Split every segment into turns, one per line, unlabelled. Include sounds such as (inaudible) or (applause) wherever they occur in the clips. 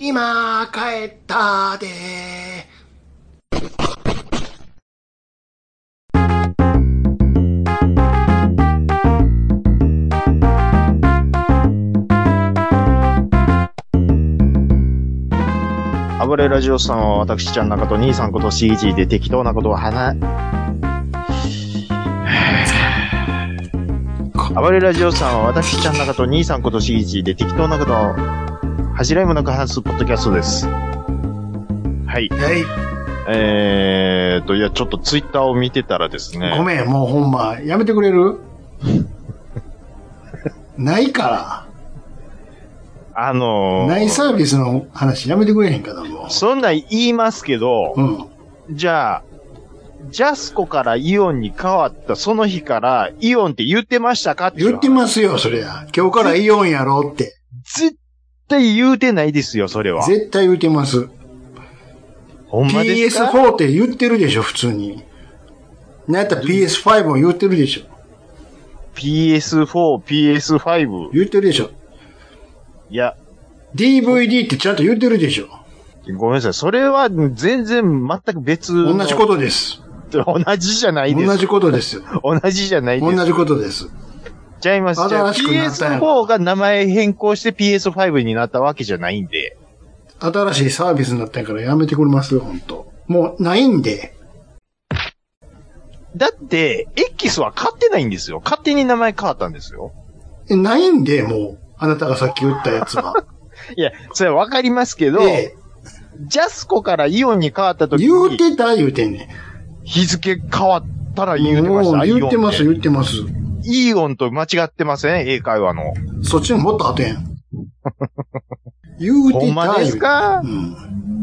今、帰ったで
暴れラジオさんは私ちゃん中と兄さんこと CG で適当なことを話、暴れラジオさんは私ちゃん中と兄さんこと CG で適当なことを恥じらいもなく話すポッドキャストです。はい。
はい。
えーと、いや、ちょっとツイッターを見てたらですね。
ごめん、もうほんま、やめてくれ (laughs) るないか
あ
ら、
のー
ないサービスの話やめてくれへんかな、も
そんなん言いますけど
う。、うん。
じゃあ、ジャスコからイオンに変わったその日から、イオンって言ってましたかっていう
言ってますよ、そりゃ。今日からイオンやろうって。
絶対言うてないですよ、それは。
絶対言ってます。
ほんまですか
PS4 って言ってるでしょ、普通に。なんやったら PS5 も言ってるでしょ。
PS4、PS5。
言ってるでしょ。
いや、
DVD ってちゃんと言ってるでしょ。
ごめんなさい。それは全然全く別の。
同じことです。
と。同じじゃないです。
同じことですよ。
同じじゃないです。
同じことです。
ちゃいます。じゃ
新
あ
しくなったんや
PS4 が名前変更して PS5 になったわけじゃないんで。
新しいサービスになったんやからやめてくれます本当もうないんで。
だって、X は買ってないんですよ。勝手に名前変わったんですよ。
えないんで、もう。あなたがさっき言ったやつは。
いや、それはわかります (laughs) けど、
で、
ジャスコからイオンに変わった時
言う
に、
てた言うてんね
日付変わった
ん。
ら言うてました。
もう言ってます、
イオン
言ってます。
ってイオンと間違ってません英会話の。
そっちのもっと後や
(laughs)
ん。言うてた
ほんまですか
言うて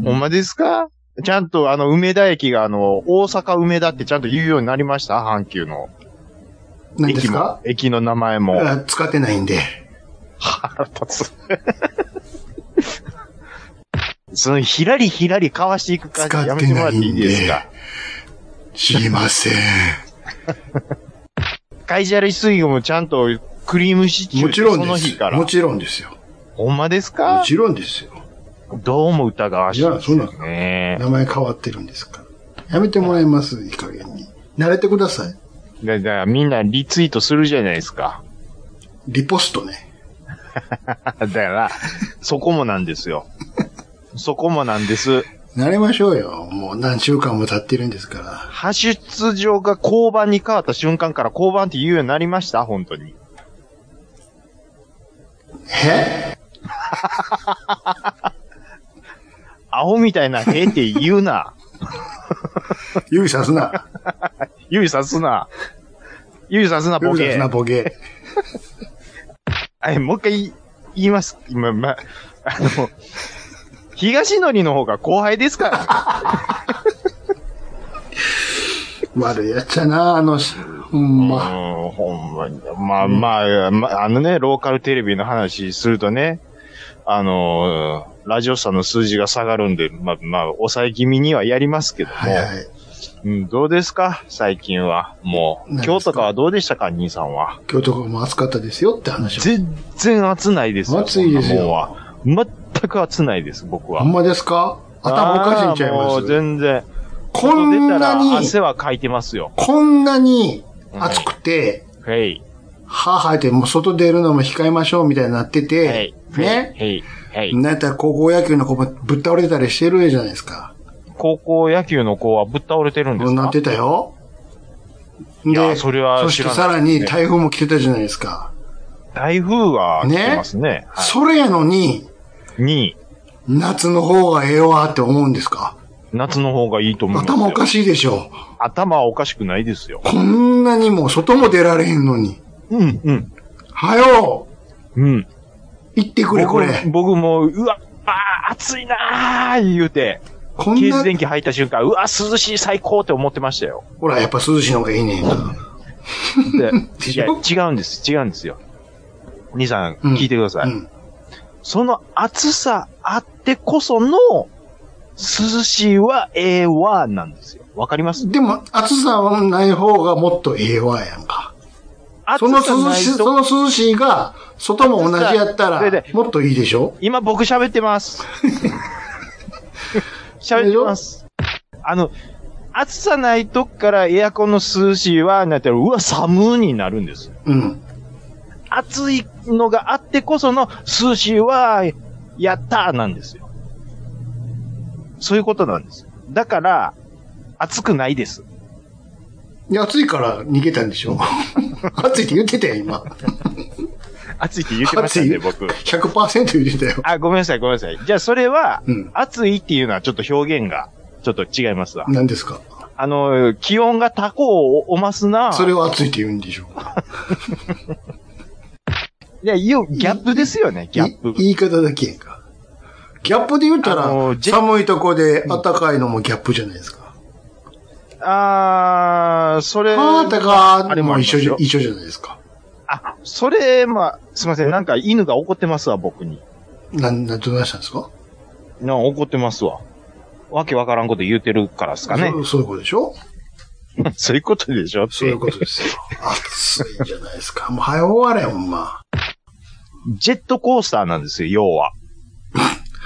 うん。
ほんまですかちゃんとあの、梅田駅があの、大阪梅田ってちゃんと言うようになりました阪急の。
何で
駅
す
も
か。
駅の名前も。
あ使ってないんで。
腹立つ。 (laughs) その、ひらりひらりかわしていく感じやめてもらっていいですか
知りません。
カイジャリ水魚もちゃんとクリームシチュー
もちろん
その
で
日
す
か。ら
も。ちろんですよ。
ほんまです
も
か
ちろんですよ。
どうも疑わしいです
いやそう
ね。
名前変わってるんですから。やめてもらいます、いい加減に。慣れてください。
だだからみんなリツイートするじゃないですか。
リポストね。
だから、そこもなんですよ。そこもなんです。
慣れましょうよ。もう何週間も経ってるんですから。
派出場が交番に変わった瞬間から交番って言うようになりました本当に。
へ
(laughs) アホみたいな、へーって言うな。 (laughs)
指さすな。
指さすな。指さすな、ボ
指さす
ケ
な、。ボケ。
え、もう一回言います。今、ま、あの、東のりの方が後輩ですから。
悪いやっちゃな、あのし、ほんま。
うん、ほんまに。まあまあ、まあのね、ローカルテレビの話するとね、あの、ラジオさんの数字が下がるんで、まあまあ、抑え気味にはやりますけども。
はいはい。
うん、どうですか最近は。もう
何で、すか
今日とかはどうでしたか兄さんは。
今日とかも暑かったですよって話。
全然暑ないですよ。
暑いですよ
そんなもんは全く暑ないです、僕
ほ
は。
んまですか頭おかしいんちゃい
あーも
ま
う
す
全然。
こん
外出た
な
ら
に
汗、はかいてますよ。
こんなに暑くて、
へい。
歯生えて、もう外出るのも控えましょうみたいになって
へ
て
い。、
ね。
へい。へい。
なんやったら高校野球の子もぶっ倒れてたりしてるじゃないですか。
高校野球の子はぶっ倒れてるんです
な
か
ってたよ。
いやそれは
そして
知らない
さらに台風も来てたじゃないですか。
台風が来てますね。は
それやのに、
いに、
夏の方がええわって思うんですか
夏の方がいいと思いますよ。
頭おかしいでしょ。
頭はおかしくないですよ。
こんなにもう外も出られへんのに。
うん、うん、
はよ
うん。
行ってくれ、これ。
僕僕も、うわ、あー暑いなー言うて、
こん
ケー
な
ジ、電気入った瞬間、うわ、涼しい最高って思ってましたよ。
ほら、やっぱ涼しいのがいいねんな。 (laughs)
で
で
い
し
や、
ょ
違うんです、違うんですよ。兄さん、
うん
聞いてくださ
う
い。
ん。
その暑さあってこその、涼しいはええわなんですよ。わかります
でも、暑さはない方がもっとええわやんか。そ
暑
の
さ
涼
ない
し、そ
と、
の涼しいが、外も同じやった
暑
ら
さでで、
もっといいでしょ
今僕喋っ
(laughs)
てます。喋ってます。あの、暑さないとこからエアコンの涼しいは、なったら、うわ、寒になるんです。
うん。
暑いのがあってこその涼しいは、やったーなんですよ。そういうことなんです。だから、暑くないです。
いや、暑いから逃げたんで
(laughs)
しょ暑いって言ってたよ、今。
暑いって言ってました (laughs) ね、僕。
100%言ってたよ。
あ、ごめんなさい、ごめんなさい。じゃあ、それは、
うん
暑いっていうのはちょっと表現が、ちょっと違いますわ。
何ですか
あの、気温が多幸をおますな
それを暑いって言うんでしょ
いや、言う、ギャップですよね、ギャップ
い。言い方だけやんか。ギャップで言った
あの
ら、
ジェ
寒いとこで暖かいのもギャップじゃないですか。
あー、それ、
あーたか
あれ
ー
もあ
も
り
一緒
ます
じゃ、
よ
一緒じゃないですか。
あ、それ、まあ、すいません、なんか犬が怒ってますわ、僕に。
なん、なん、どうしたんですか
な、怒ってますわ。わけわからんこと言うてるからですかね
そ。うそういうことでしょ
(laughs) そういうことでしょって
そういうことですよ。暑いじゃないですか。もう早終われ、ほんま。
ジェットコースターなんですよ、要は。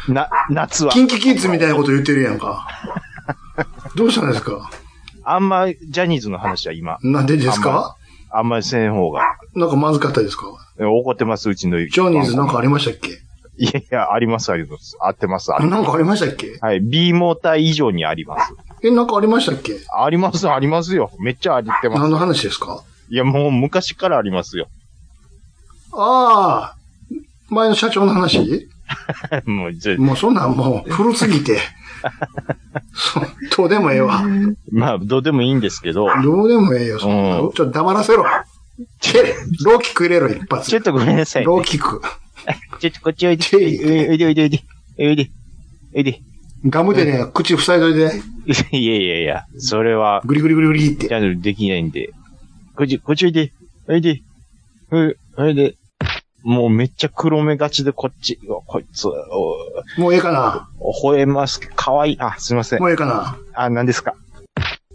な、夏は。
キンキキッズみたいなこと言ってるやんか。どうしたんですか
あんま、ジャニーズの話は今、
なんでですか
あんまりせん方が。
なんかまずかったですか
え怒ってます、うちの。ジ
ジョニーズなんかありましたっけ
いやいや、あります、あります。合ってます、ありま
なんかありましたっけ
す。はい。B モーター以上にあります。
え、なんかありましたっけ
あります、ありますよ。めっちゃありってます。
何の話ですか
いや、もう昔からありますよ。 (laughs)
ああ、前の社長の話
もう、じゃ
もうそんなんもう古すぎて。そう、どうでもええわ。
まあ、どうでもいいんですけど、
どうでもええよ、そんなの
うん
ちょっと黙らせろ。チェ、ローキック入れろ、一発。
ちょっとごめんなさいね。
ローキック。
ちょっとこっちおいで。
ちょい
おいでおいでおいで。おいで。おいで。
ガムでね、口塞いどいで、
いやいやいや、それは、
グリグリグリグリっ
ち
て。
ゃんとできないんで。こっち、こっちおいで。おいで。うん、おいで。もうめっちゃ黒目がちでこっち。うわこいつ、お
もうええかな
吠えます。かわいい。あ、すいません
も。うええかな
あ、何ですか。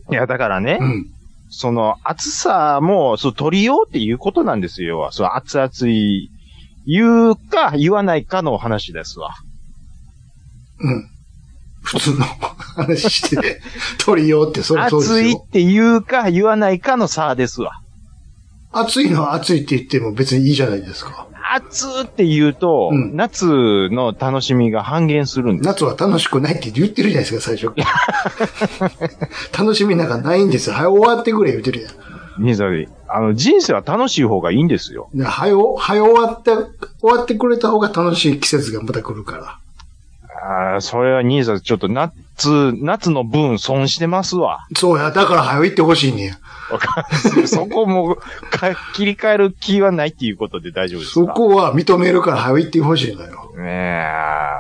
いや、だからね、
うん。
その、暑さも、そう、取りようっていうことなんですよ。要はその、熱々い、言うか、言わないかの話ですわ。
うん。普通の (laughs) 話して、取りようって、それそうです
暑いっ
よ。
て言うか、言わないかの差ですわ。
暑いのは暑いって言っても別にいいじゃないですか。
暑って言うと、
うん
夏の楽しみが半減するんです。
夏は楽しくないって言ってるじゃないですか、最初 (laughs) から。楽しみなんかないんですよ。早終わってくれ言ってるやん。
兄さん、あの、人生は楽しい方がいいんですよ。
で早お、早終わって、終わってくれた方が楽しい季節がまた来るから。
ああ、それは兄さん、ちょっと夏、夏の分損してますわ。
そうや、だから早行ってほしいねん。
わかんないそこもか、切り替える気はないっていうことで大丈夫です
そ
か
こは認めるから早行ってほしいのよ。
ねえ。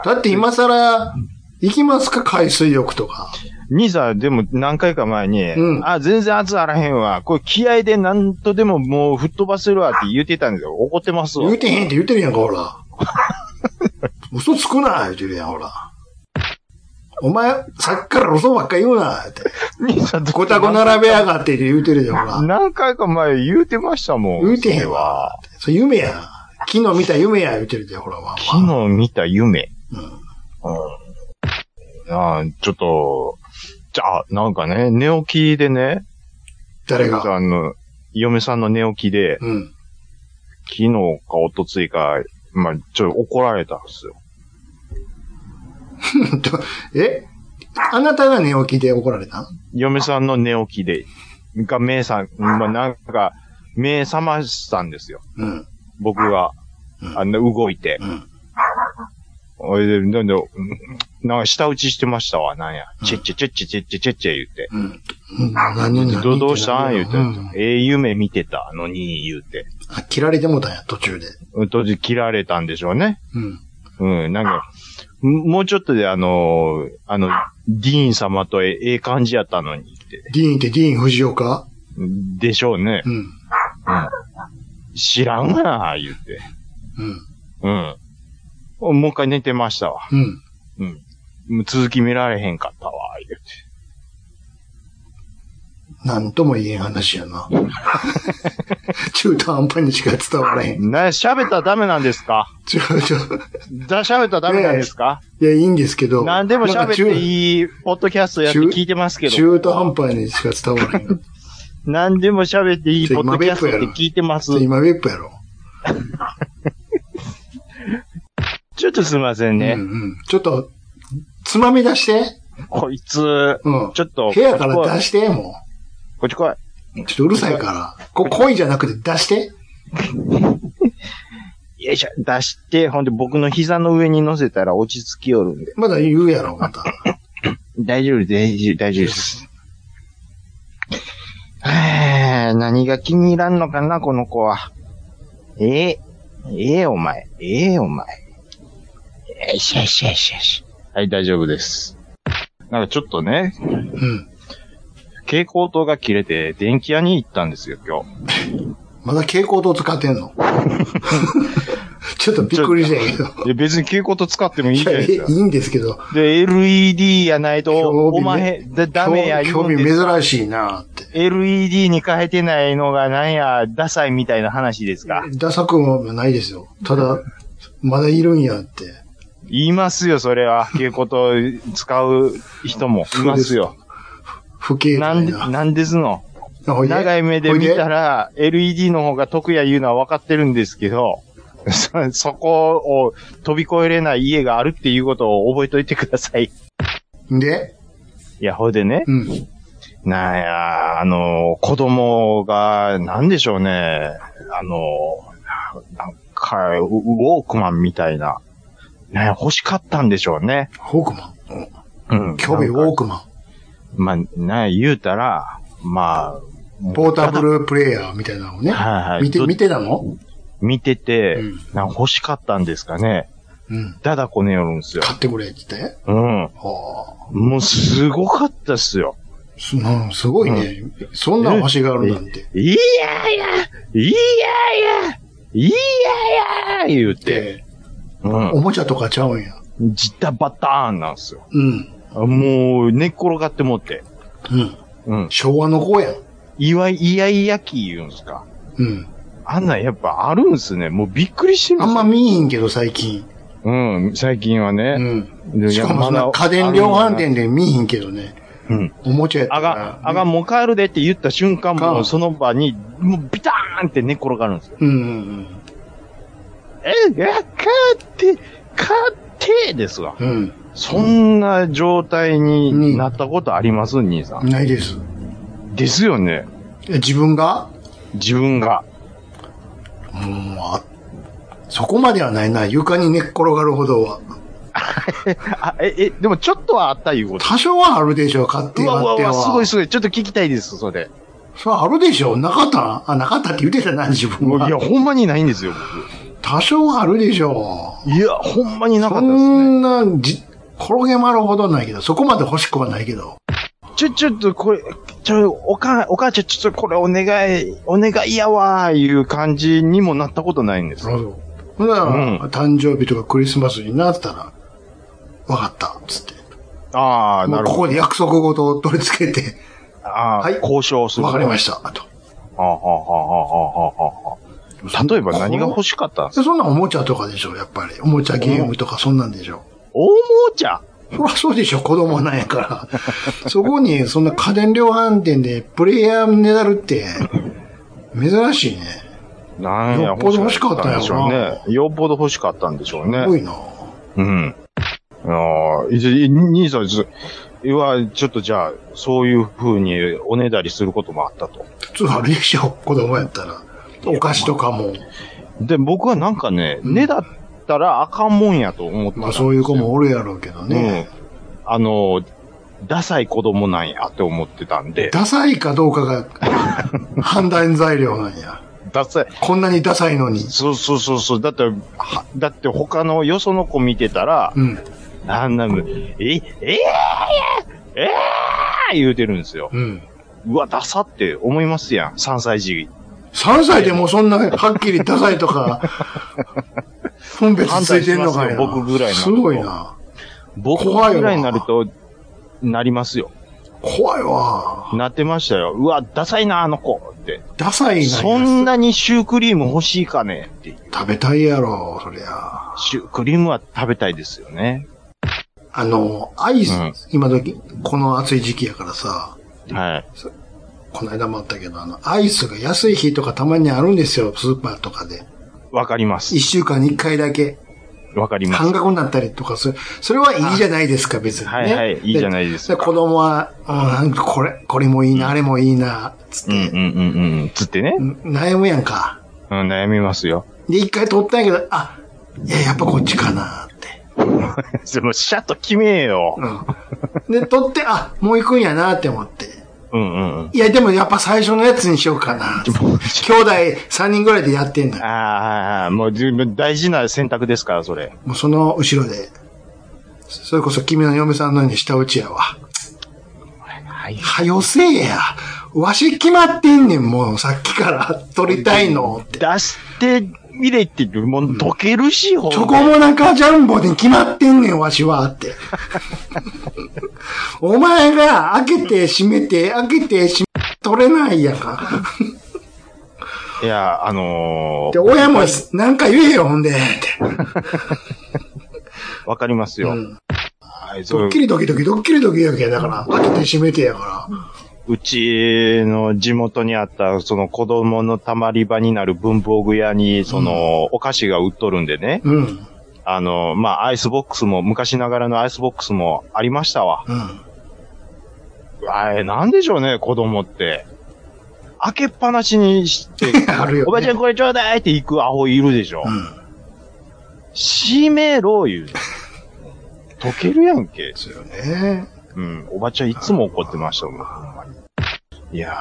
だって今更、行きますか海水浴とか。
兄さん、でも何回か前に、
うん
あ、全然熱あらへんわ。これ気合で何とでももう吹っ飛ばせるわって言ってたんですよ。怒ってますわ
言う。てへんって言ってるやんか、ほ
(laughs)
ら。嘘つくな、言うてるやん、ほら。お前、さっきから嘘ばっか言うな、って。
兄さん、ど
ごたご並べやがってって言うてるやん、ほら。
何回か前言うてましたもん。
言うてへんわ。そう、夢や。昨日見た夢や、言うてるで、ほら、わんわん
昨日見た夢。
うん
うん。あーちょっと、じゃあ、なんかね、寝起きでね、
誰
兄
が。
さんの、嫁さんの寝起きで、
うん。 (laughs)
昨日か一昨日か、まあ、ちょ、怒られたんですよ。
えあなたが寝起きで怒られたん
嫁さんの寝起きで、が目さん、まあ、なんか、目覚ましたんですよ。
うん。
僕が、
うん
あんな動いて。
うん。
おいで、なんで、うんなんか下打ちしてましたわ、なんや。チェッチェチェッチェチェッチェチェッチェ言って。
うん。何々
どどうしたん言うて
ん。
ええ夢見てたのに、言うて。
あ、切られてもうたんや、途中で。
うん当時切られたんでしょうね。
うん。
うん、なんか、んもうちょっとであの、あの、ディーン様とえええ感じやったのにって。
ディーンってディーン・藤岡
でしょうね。
うん。
知らんがな、言って。
うん。
うん。もう一回寝てましたわ。
うん。
もう続き見られへんかったわ、言って。
なんとも言えん話やな。中途半端にしか伝わらへん。
な、喋ったらダメなんですか
ちょ、ちょ、
だ、喋ったらダメなんですか、
いや、いいんですけど。
何でも喋って
い
いい、ポッドキャストやって聞いてますけど。
中途半端にしか伝わらへん。
何でも喋っていい、
ち
ポ
ょ
ッドキャストって聞いてます。
今、ウェップやろ。
ちょっとすいませんね
う。んうん。ちょっと、つまみ出して。
こいつ、
うん。
ちょっと、
部屋から
こっ
出して、も
ち来い。こっち
う。ちょっとうるさいから。こ、恋じゃなくて出して。
来い。よいしょ、出して、ほんで僕の膝の上に乗せたら落ち着きよるんで。
まだ言うやろ、また。
大丈夫です、大丈夫、大丈夫です。はぁ、何が気に入らんのかな、この子は。ええええお前。ええお前。よいしょよいしょよいしょよいしょ。はい、大丈夫です。なんかちょっとね、
うん。
蛍光灯が切れて、電気屋に行ったんですよ、今日。
まだ蛍光灯使ってんのちょっとびっくりしたんやけど。
いや、別に蛍光灯使ってもいいじゃないいです
や
か
い。いんですけど。
で、LED やないと、
興味
お前、だ、ダメや、言
興
う
味
ん
興
で
味珍しいなって。
LED に変えてないのがなんや、ダサいみたいな話ですか。
ダサくもないですよ。ただ、まだいるんやって。
言いますよ、それは。いうこと使う人もいますよ。
不敬み
な
た
ん
い
で、
な。
なんですの。
ほいで
長い目で
ほい
見たら、LED の方が得や言うのは分かってるんですけど、 (laughs) そ、そこを飛び越えれない家があるっていうことを覚えといてください。
で、
いや、ほいでね。
うん。
なんや、あの、子供が、なんでしょうね。あの、なんか、ウウォークマンみたいな。なんや、欲しかったんでしょうね。
ウォークマン。
うん。
興味ウォークマ
まあ、な、言うたら、まあ、
ン。ポータブルプレイヤーみたいなのをね。
はいはい
見て、
ず
見てたの
見てて、
うん
なんか欲しかったんですかね。
うん。
だだこねよるんですよ。
買ってくれって言って。
うん。
はあ。
もうすごかったっすよ。
すうんすごいね。そんな星があるなんて。
いやいやいやいやいやいや言うて、
で、
うん。
おもちゃとかちゃうんや。
じったばたーンなんですよ。
うん。
もう、寝っ転がってもって。
うん。
うん。
昭和の子やん。
いわい、いやいやき言うんすか。
うん。
あんなんやっぱあるんすね。もうびっくりしてる
あんま見えへんけど、最近。
うん、最近は
う
ね。
ん。
で
しか
いや
もそん
ま
な
だ
家電量販店で見えへんけどね。
うん。
おもちゃやった
あ
ら
が、。あが、もう帰るでって言った瞬間、
か
もうその場に、もうビターンって寝転がるんですよ。
うんうん
え、え、買って、買ってですわ。
うん。
そんな状態になったことあります、兄さ
うん。ないです。
ん。ですよね。
え自分が
自分が。
うん、あ、そこまではないな。床に寝っ転がるほどは。
あ、え、え、でもちょっとはあったいうこと。
多少はあるでしょ、買って
う
や
わう
っ
わう
て
わ、
は。
すごいすごい。ちょっと聞きたいです、それ。
それはあるでしょ。なかったあ、なかったって言ってたな、自分
もういや、
は。
ほんまにないんですよ、
多少はあるでしょ。
僕。いや、ほんまになか
そ
ったですね。
んな、じ、転げ回るほどないけど、そこまで欲しくはないけど。
ちょ、ちょっと、これ、ちょ、おか、お母ちゃん、ちょっとこれお願い、お願いやわー、いう感じにもなったことないんです
な。るほど。ほんなら、
うん
誕生日とかクリスマスになったら、わかった、つって。
ああ、
も
な
う
る
こ
ほ
こで約束事を取り付け
(laughs)
て、
ど。ああ、
はい
交渉する。
わかりま
し
した、と。
た。はあ、はあ、はあ、はあ、はあ。例えば何が欲しかったんですか
でそんなおもちゃとかでしょ、やっぱり。おもちゃゲームとかそんなんでしょ。
おもちゃ
そりゃそうでしょ、子供なんや
(laughs)
から。そこに、そんな家電量販店でプレイヤーねだるって、珍しいね。
なんや、
よっぽど欲しかったんやろな
欲しかったんでしょうね。よっぽど欲しかったんでしょう
多
ね。
いな。
うん。ああ、いじい兄さん、ちょいわちょっとじゃあ、そういう風におねだりすることもあったと。
普通あるでしょ、子供やったら。お菓子とかも。
で、僕はなんかね、ねだったらあかんもんやと思ってたん
まあ
ですよ
そういう子もおるやろうけどね。
うん。あの、ダサい子供なんやって思ってたんで、 (laughs)
ダサいかどうかが判断材料なんや。
ダサい。
こんなにダサいのに。
そうそうそうそう。だって、はだって他のよその子見てたら、
うん。
あんなむ、え、えー、えー、えー、言うてるんですよ。
うん。
うわ、ダサって思いますやん。3歳児。
3歳でもうそんなはっきりダサいと
(laughs)
か、分別ついてんのかいな。
反対しますよ僕ぐらいな
すごいな。
僕
怖いわ
ぐらいになると、なりますよ。
怖いわ。
なってましたよ。うわ、ダサいな、あの子って。
ダサいな。
そんなにシュークリーム欲しいかねっていう。
食べたいやろ、そりゃ。
シュークリームは食べたいですよね。
あの、アイス、
うん
今時、この暑い時期やからさ、
はい。
この間もあったけど、あの、アイスが安い日とかたまにあるんですよ、スーパーとかで。
わかります
一。週間に一回だけ、
わかります
半。額になったりとか、それ、それはいいじゃないですか、別に、ね。
はいはい。いいじゃないいですか。
子供は、うん、これ、これもいいな、あれもいいな、つっ
うんうん
て、
うんうん。つってね。
うん悩むやんか。
うん、悩みますよ。 (laughs)
で、一回取ったんやけど、あ、いや、やっぱこっちかな、って。
その、シャッと決めよ。
うん。で、取って、あ、もう行くんやな、って思って。
うんうんうん。
いや、でもやっぱ最初のやつにしようかな。兄弟3人ぐらいでやってんだよ。
ああ、もう十分大事な選択ですから、それ。
もうその後ろで。それこそ君の嫁さんのように下打ちやわ。
はい。
はよせえや。わし決まってんねん、もうさっきから撮りたいのって。
出してみれって言う、もう溶けるし、ほん
チ
で
ョコモナカジャンボに決まってんねん、わしは、
(laughs)
って。お前が開けて閉めて、開けて閉めて、取れないやんか。
いや、あの
で、
ー、
親もなんか言えよ、ほんで、って。
わかりますよ。
うん
はい、そ
ド
う
ッキリドキドキ、ドッキリドキドキやだから、開けて閉めてやから。
うちの地元にあった、その子供のたまり場になる文房具屋に、その、お菓子が売っとるんでね。
うん、うん。
あの、まあ、アイスボックスも、昔ながらのアイスボックスもありましたわ。あれ、なんでしょうね、子供って。開けっぱなしに
(laughs)
して、
あるよ、ね。
おばちゃんこれちょうだいって行くアホいるでしょ。
うん。
閉めろ、言う。溶けるやんけ。
そうよね。
うん。おばちゃんいつも怒ってましたもん、ほんまに。いや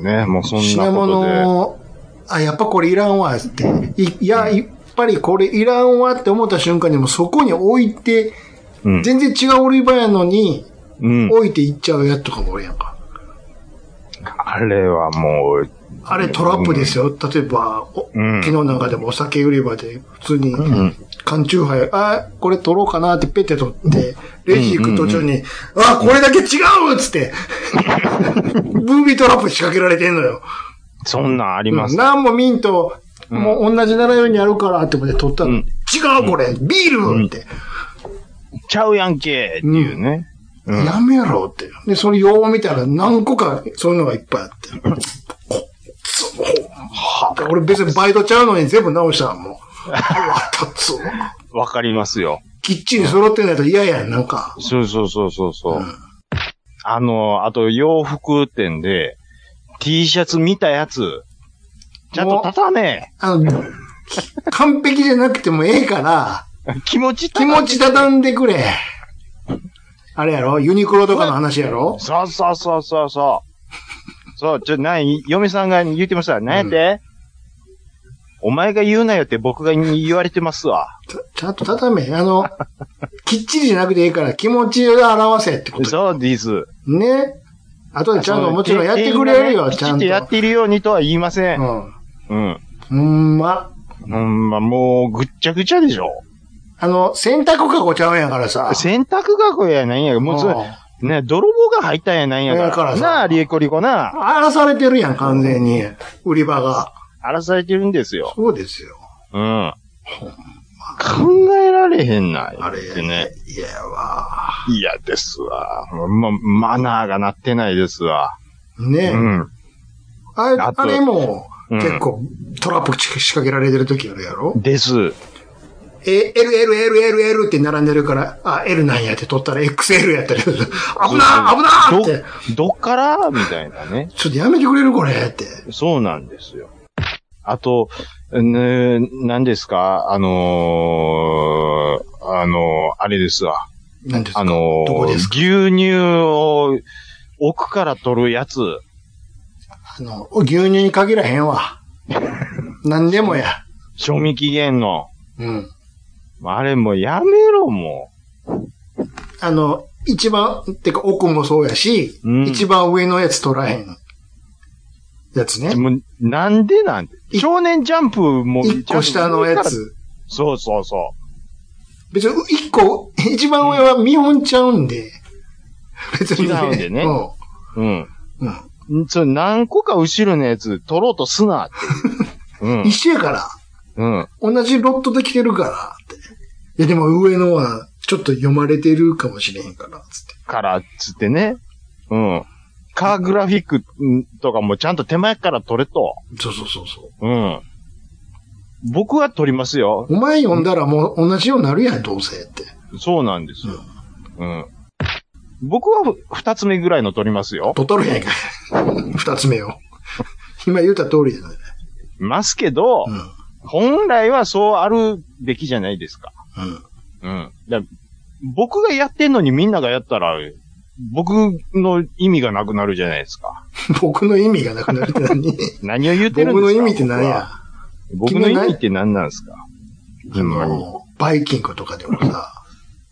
ー、ね、もうそんな
品
ことで。
物を、あ、やっぱこれいらんわって。いいや、やっぱりこれいらんわって思った瞬間にもうそこに置いて、
うん。
全然違うオリバやのに、
うん。
置いていっちゃうやつとかもおるやんか。
あれはもう、
あれトラップですよ。例えば、お
うん
昨日なんかでもお酒売り場で普通に
ん、
缶チューハイ、あ、これ取ろうかなってペッて取って、レジ行く途中に、あ、これだけ違うっつって、ブービートラップ仕掛けられてんのよ。
そんなんあります。
何もミント、
ん
もう同じ並びにあるからって思って取ったの。
うん
違うこれビールって、
ちゃうやんけっていうね。うん
やめろって。で、それよう見たら何個かそういうのがいっぱいあって。こそうはあ俺別にバイトちゃうのに全部直したのもう。腹立つわ。
わかりますよ。
きっちり揃ってないと嫌やん、なんか。
そうそうそうそうそう、
うん
あの、あと洋服店で、T シャツ見たやつ、ちゃんと畳め。
あの、完璧じゃなくてもええから、
気持ち
気持ち畳んでくれ。あれやろユニクロとかの話やろ
そうそうそうそうそう。そう、ちょ、なに、嫁さんが言ってました。なんやって、お前が言うなよって僕が言われてますわ。
ちゃんと畳め。あの、きっちりじゃなくていいから気持ちを表せってこと。
そうです。
ね。あとでちゃんともちろんやってくれるよ、ちゃんと。
きっちりやってるようにとは言いませ。
うんん。
うん。
うんま。
うん、まあ、もう、ぐっちゃぐちゃでしょ。
あの、洗濯かごちゃうんやからさ。
洗濯学やなんや。もうそれ
うん、
ね、泥棒が入ったんやないんやから。
だからさ
なあ、リエコリコな。
荒らされてるやん、完全に。売り場が。
荒らされてるんですよ。
そうですよ。
うん。考えられへんな。
あれ。
言ってね。。
いやわ。
嫌ですわ。ま、マナーがなってないですわ。
ね、
うん。
あれ、
あと
あれも、
うん
結構、トラップ仕掛けられてる時あるやろ、
です。
え、L、L、L、L、L って並んでるから、あ、L なんやって取ったら XL やったりする。危なー危なーって。
ど、どっからみたいなね。
ちょっとやめてくれるこれって。
そうなんですよ。あと、ね、何ですかあのー、あのー、あれですわ。
なんですか
あの
どこ
ー、
です
牛
か
乳を奥から取るやつ。 (laughs)
あの、牛乳に限らへんわ。何でもや。
賞味期限の。
うん。
あれもうやめろ、も
あの、一番、てか奥もそうやし、
うん
一番上のやつ取らへん。やつね
う。。もうなんでなんて。
い
少年ジャンプも。
一個下のや。つ。
そうそうそ
別に一個、 (laughs) 一番上は見本ちゃうんで。別に、
違うんでね
う
う。うん。
ん。
んそれ何個か後ろのやつ取ろうとすなっていう
うん。一緒やから。
うん。うん。
同じロットで来てるから。って。いや、でも上のは、ちょっと読まれてるかもしれへんから。つって。
から、っつってね。うん。カーグラフィックんとかもちゃんと手前から取れと。
そうそうそうそう。
うん。僕は取りますよ。
お前読んだらもう同じようになるやん、どうせって。
そうなんですよ。うん。僕はふ二つ目ぐらいの取りますよ。
取っとるやんか。 (laughs) 二つ目を。今言った通りやね。
ますけど
う、ん。
本来はそうあるべきじゃないですか。
うん。
うん。だ僕がやってんのにみんながやったら、僕の意味がなくなるじゃないですか。
(laughs) 僕の意味がなくなるって何
何を言って
僕
るんですか
の意味って何や
僕は僕の意味って何なんですか
あ
ほんまに
の、バイキングとかでもさ、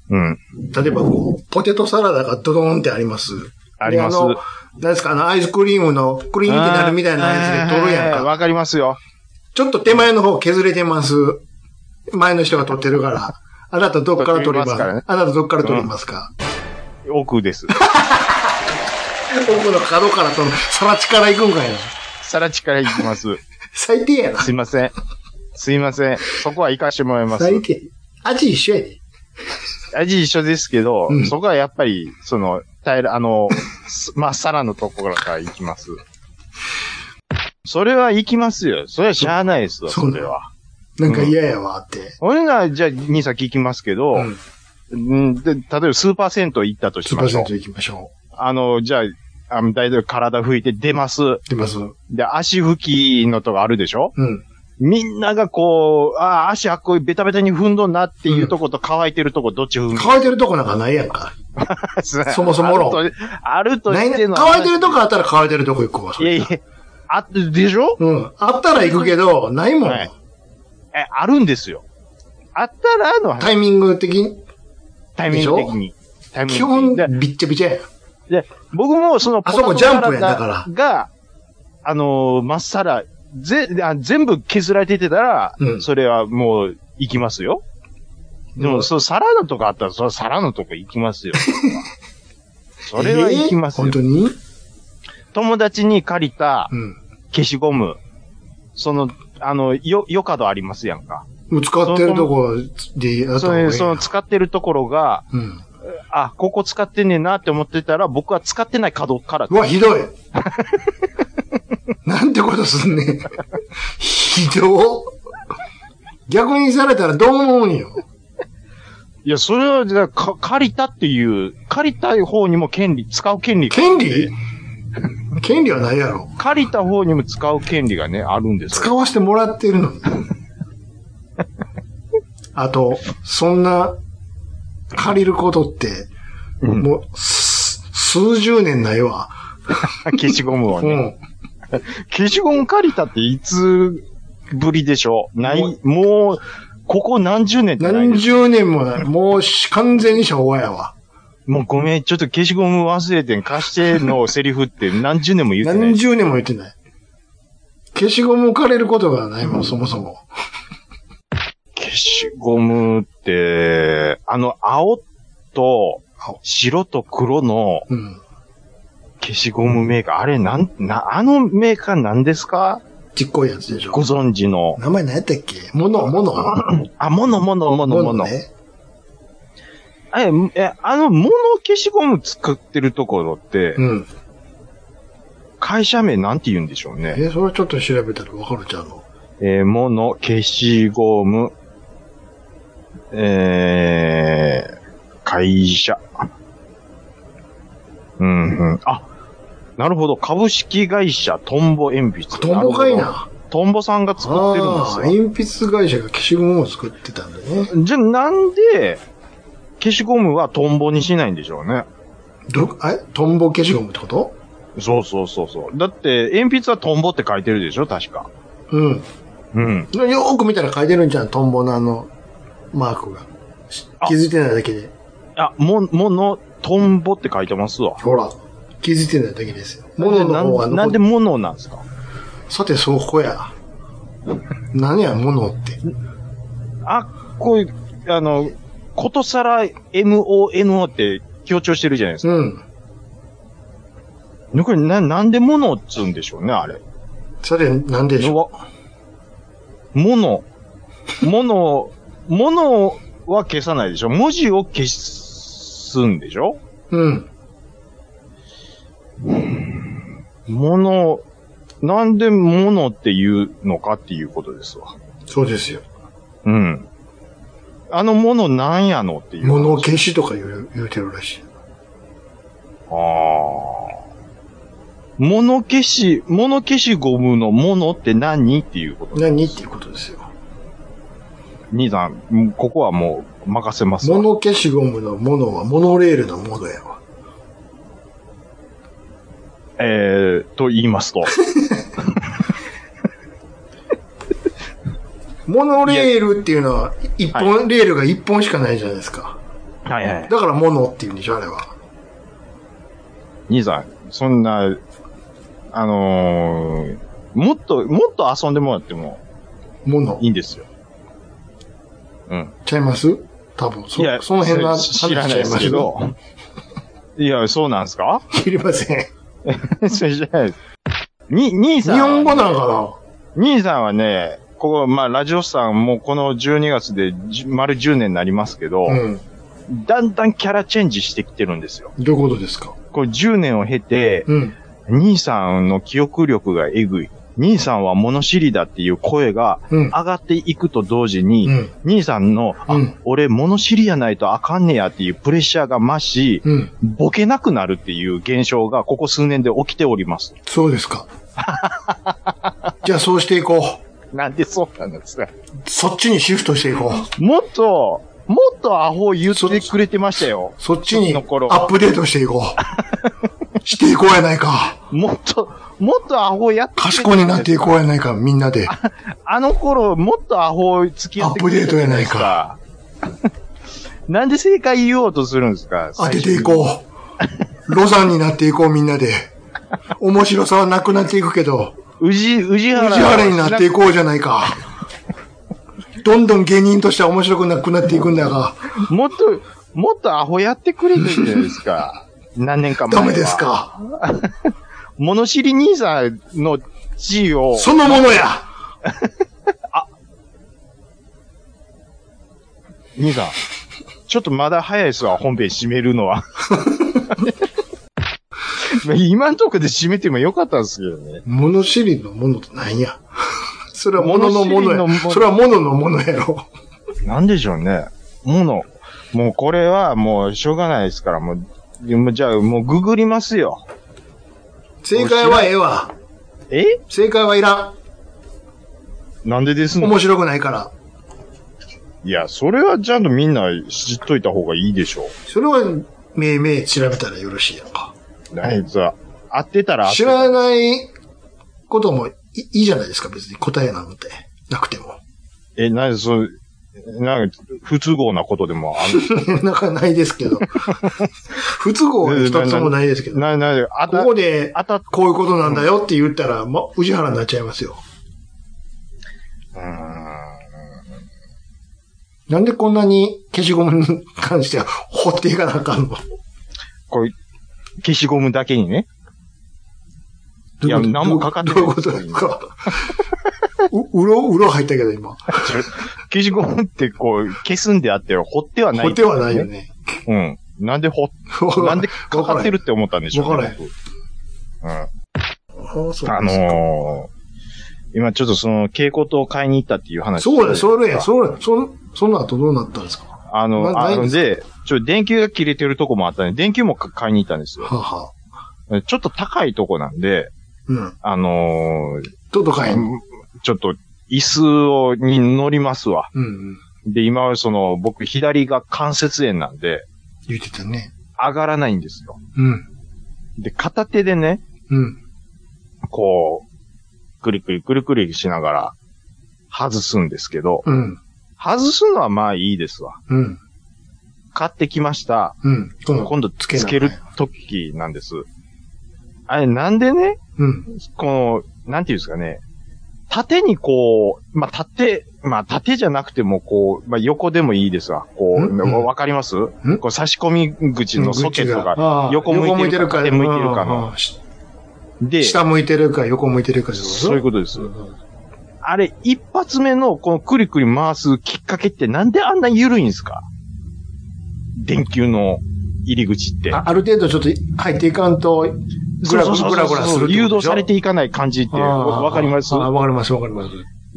うん。
例えばこう、ポテトサラダがドドーンってあります。
あります
で。の何ですか、あの、アイスクリームのクリーンってなるみたいなやつで取るやん
あー
か。
わかりますよ。
ちょっと手前の方削れてます。前の人が取ってるから。あなたどっから取ります
取りますからね
あなたどっから取りますか、
奥です。 (laughs)
奥の角からと、さらちから行くんかいな。
さらちから行きます。
最低やな。
すいません。すいません。そこは行かしてもらいます。
最低。味一緒やで。
味一緒ですけど、
うん
そこはやっぱり、その、平ら、あの、すまっさらのところから行きます。それは行きますよ。それはしゃあないですよ、
そ
そうれは。
なんか嫌やわって。
俺が、じゃあ、2先行きますけど、
うん。
うん、で、例えばスーパー銭湯行ったとし
スー
ま
パー
しょう
セン。ト行きましょ
あの、じゃあ、あの、大体体拭いて出ます。
う。出ます。う
で、足拭きのとかあるでしょ
ん。
みんながこう、ああ、足あっこいベタベタに踏んどんなっていうとこと乾いてるとこどっち踏むか
乾いてるとこなんかないやんか。
ですね
(laughs) そもそも論
あるとあると
ない
し
ね
ての。
乾いてるとこあったら乾いてるとこ行くわ。そ
いや
れ
いや、あって、でしょ
うん。あったら行くけど、ないもん。
はいえ、あるんですよ。あったらの
タイミング的に、
タイミング的に。タイミング的に
基本、
で
びっちゃびちゃやん。
で、僕もその
あそこ
ポタト
ジャンプやんだから
サラダが、あのー、まっさら、ぜ、あ全部削られててたら、
うん
それはもう、行きますよ。でも、
うん
そう、サラダとかあったら、そのサラダとか行
(laughs)
きますよ。それは行きます
えー本。
よ
当に
友達に借りた
うん。
消しゴム、その、あの、よ、よかどありますやんか。
もう使ってるとこでやった
そ
方がいい
れ
な。
その使ってるところが、
うん。
あ、ここ使ってねえなって思ってたら、僕は使ってない角から
う、わ、ひどい。 (laughs) なんてことすんねん。ひどっ。逆にされたらどう思うんよ。
いや、それは、じゃあか、借りたっていう、借りたい方にも権利、使う権利が
権利権利はないやろ。
借りた方にも使う権利がね、あるんです
使
よ。
わせてもらって
(laughs)
るのに。あと、そんな、借りることって、
うん
もう、す数十年ないわ。
消しゴムを
う
ね。
ん。
消しゴム借りたっていつぶりでしょうない、もう、ここ何十年ってない
何
です
十年もない。もうし、完全に昭和やわ。
もうごめん、ちょっと消しゴム忘れてん、貸してのセリフって何十年も言ってな
何
い。
十年も言ってない。消しゴムを借りることがないもん、そもそも。
消しゴムって、あの、青と
青、
白と黒の
うん。
消しゴムメーカー、あれなん、な、あのメーカー何ですか
ちっこいやつでし
ご
ょ。
存知の。
名前何やったっけモノ、モノ。
あ、ものものものもの。
ね。
あれ、え、あの、もの消しゴム作ってるところって
う、ん。
会社名なんて言うんでしょうね。
え、それちょっと調べたらわかるじゃんの。
えー、もの消しゴム、えー、会社。うん、うん。あ、なるほど。株式会社トンボ鉛筆。
トンボかい
るほど。
な。
トンボさんが作ってるんで
あ
す
あ
よ
ー、。鉛筆会社が消しゴムを作ってたんだね。
じゃ、なんで、消しゴムはトンボにしないんでしょうね。
ど、あれトンボ消しゴムってこと
そうそうそうそう。だって、鉛筆はトンボって書いてるでしょ確か。
うん。
うん。
よーく見たら書いてるんじゃん、トンボのあの、マークが。し気づいてないだけで。
あ、も、もの、トンボって書いてますわ。
ほら。気づいてないだけですよ。物の方が
なんなん
残
で
っ
物なんですか
さて、そこや。何や、物って。
あ、こういう、あの、ことさら MONO って強調してるじゃないですか。
うん。
これな、なんで物っつうんでしょうね、あれ。
さて、何でしょ
わ物。物、物は消さないでしょ文字を消すんでしょ
う。うん。
物、なんで物っていうのかっていうことですわ。
そうですよ。
うん。あの物なんやのっていう。
物を消しとか言う言うてるらしい。
ああ。物消し、物消しゴムの物って何っていうこと。
何っていうことですよ。
兄さん、うんここはもう任せますわ。
物消しゴムのものはモノレールのものやわ。
えー、と言いま
(laughs)
すと。
モノレールっていうのは、一本、レールが一本しかないじゃないですか。
はいはい。
だからモノっていうんでしょ、あれは。
兄さん、そんな、あのー、もっと、もっと遊んでもらっても
モノ
い。いんですよ。うん。
ちゃいます多分。そ
いや、
その辺の話
知らない
ちゃ
で
います
けど。 (laughs) いや、そうなんですか
知りませ
(laughs)
ん。
それ知らないです。に、兄さん。
日本語なんか
兄さんはね、ここ、まあ、ラジオさんもこの12月でじゅ丸10年になりますけ
な
ど、
うん。
だんだんキャラチェンジしてきてるんですよ。
どういうことですか
これ10年を経て、
うん。
兄さんの記憶力がえぐい。兄さんは物知りだっていう声が
うん。
上がっていくと同時に、
うん。
兄さんの、あ
うん
俺物知りやないとあかんねやっていうプレッシャーが増し、
うん。
ボケなくなるっていう現象がここ数年で起きております。
そうです
(laughs)
か。じゃあそうしていこう。
なんでそうなんですか
そっちにシフトしていこう。
もっと、もっとアホ言ってくれてましたよ。
そっちにア
の頃
ップデートしていこ
(laughs)
う。していこうやないか。
もっと、もっとアホやってくれて
賢いになっていこうやないか、みんなで。
あの頃、もっとアホ付き合ってくれてたじゃですか。 (laughs) なんで正解言おうとするんですか
当てていこう。ロザンになっていこう、みんなで。面白さはなくなっていくけど、
う。宇治、宇治原。
宇治原になっていこうじゃないか。どんどん芸人としては面白くなくなっていくんだが、
もっと、もっとアホやってくれてるじゃないですか。何年か前
ダ
は。
メです。か。
物知り兄さんの地位を、
そのものや
兄さん、ちょっとまだ早いですわ、本編締め
(laughs)
るのは。今のとこで締めてもよかったんですけどね。
物知りのものとなんや。それは物のもの
物知りのも
や。
の
それは物のものやろ。
なんでしょうね。もの。もうこれはもうしょうがないですから、もう、もうじゃあもうググりますよ。
正解はええわ。
え
正解はいら
なんでです
ん。
の
面白くないから。
いや、それはちゃんとみんな知っといた方がいいでしょ
それは、めいめい調べたらよろしいやんか。
う。なんかさ、合ってたら合って
知
た
らないこともいいいじゃないですか、別に答えなんて。なくても。 (laughs)
え、なんでそう、なんか不都合なことでもある。
なんかないです
(laughs)
けど。不都合は一つもないですけど。こ
な、な、あた
こ、で、
あた、
こういうことなんだよって言ったら、ま、宇治原になっちゃいますよ。
うーん。
なんでこんなに消しゴムに関しては掘っていかなあかんの
こう、消しゴムだけにね。いや
どううこと
何もかかってない
どういうことですかう、うろ、うろ入ったけど今。
消しゴムってこう、消すんであって、掘ってはない、
掘ってはないよ。ね。
うん。なんで掘っ (laughs) なんでかかってるって思ったんでしょう
わからへん
僕うん。
(laughs) あそうです
あのー、今ちょっとその蛍光灯を買いに行ったっていう話。
そうだ、それや、それ、そ、その後どうなったんですかは
あの、
な
あ
ないん
の
です
で、ちょ、電球が切れてるとこもあったんで、電球もか買いに行ったんですよ。
あはあ。
ちょっと高いとこなんで、
うん。
あのー
とどかへん。うん
ちょっと椅子を、に乗りますわ。
うん。
で、今はその、僕左が関節炎なんで、
言ってたね。
上がらないんですよ。
うん。
で、片手でね、
うん。
こう、くりくりくりくりしながら、外すんですけど、
うん。
外すのはまあいいですわ。
うん。
買ってきました。
うん。今
今度
つけな
つける時なんです。あれ、なんでね、
うん。
この、なんていうんですかね、縦にこう、まあ、縦、まあ、縦じゃなくても、こう、まあ、横でもいいですわ。こ
ん
う、
うん
わかりますこう差し込み口のソケットが、
が
横向いてるか
横
縦向いてるかの
うんうんし
で、
下向いてるか横向いてるかってこと
そういうことです
う。ん
あれ、一発目のこのくりくり回すきっかけってなんであんな緩いんですか電球の入り口って。
あある程度ちょっと入っていかんと、ぐらぐらぐらぐらするってことでしょ。
誘導されていかない感じって、
あー
わわかります
あーわかります、わかります。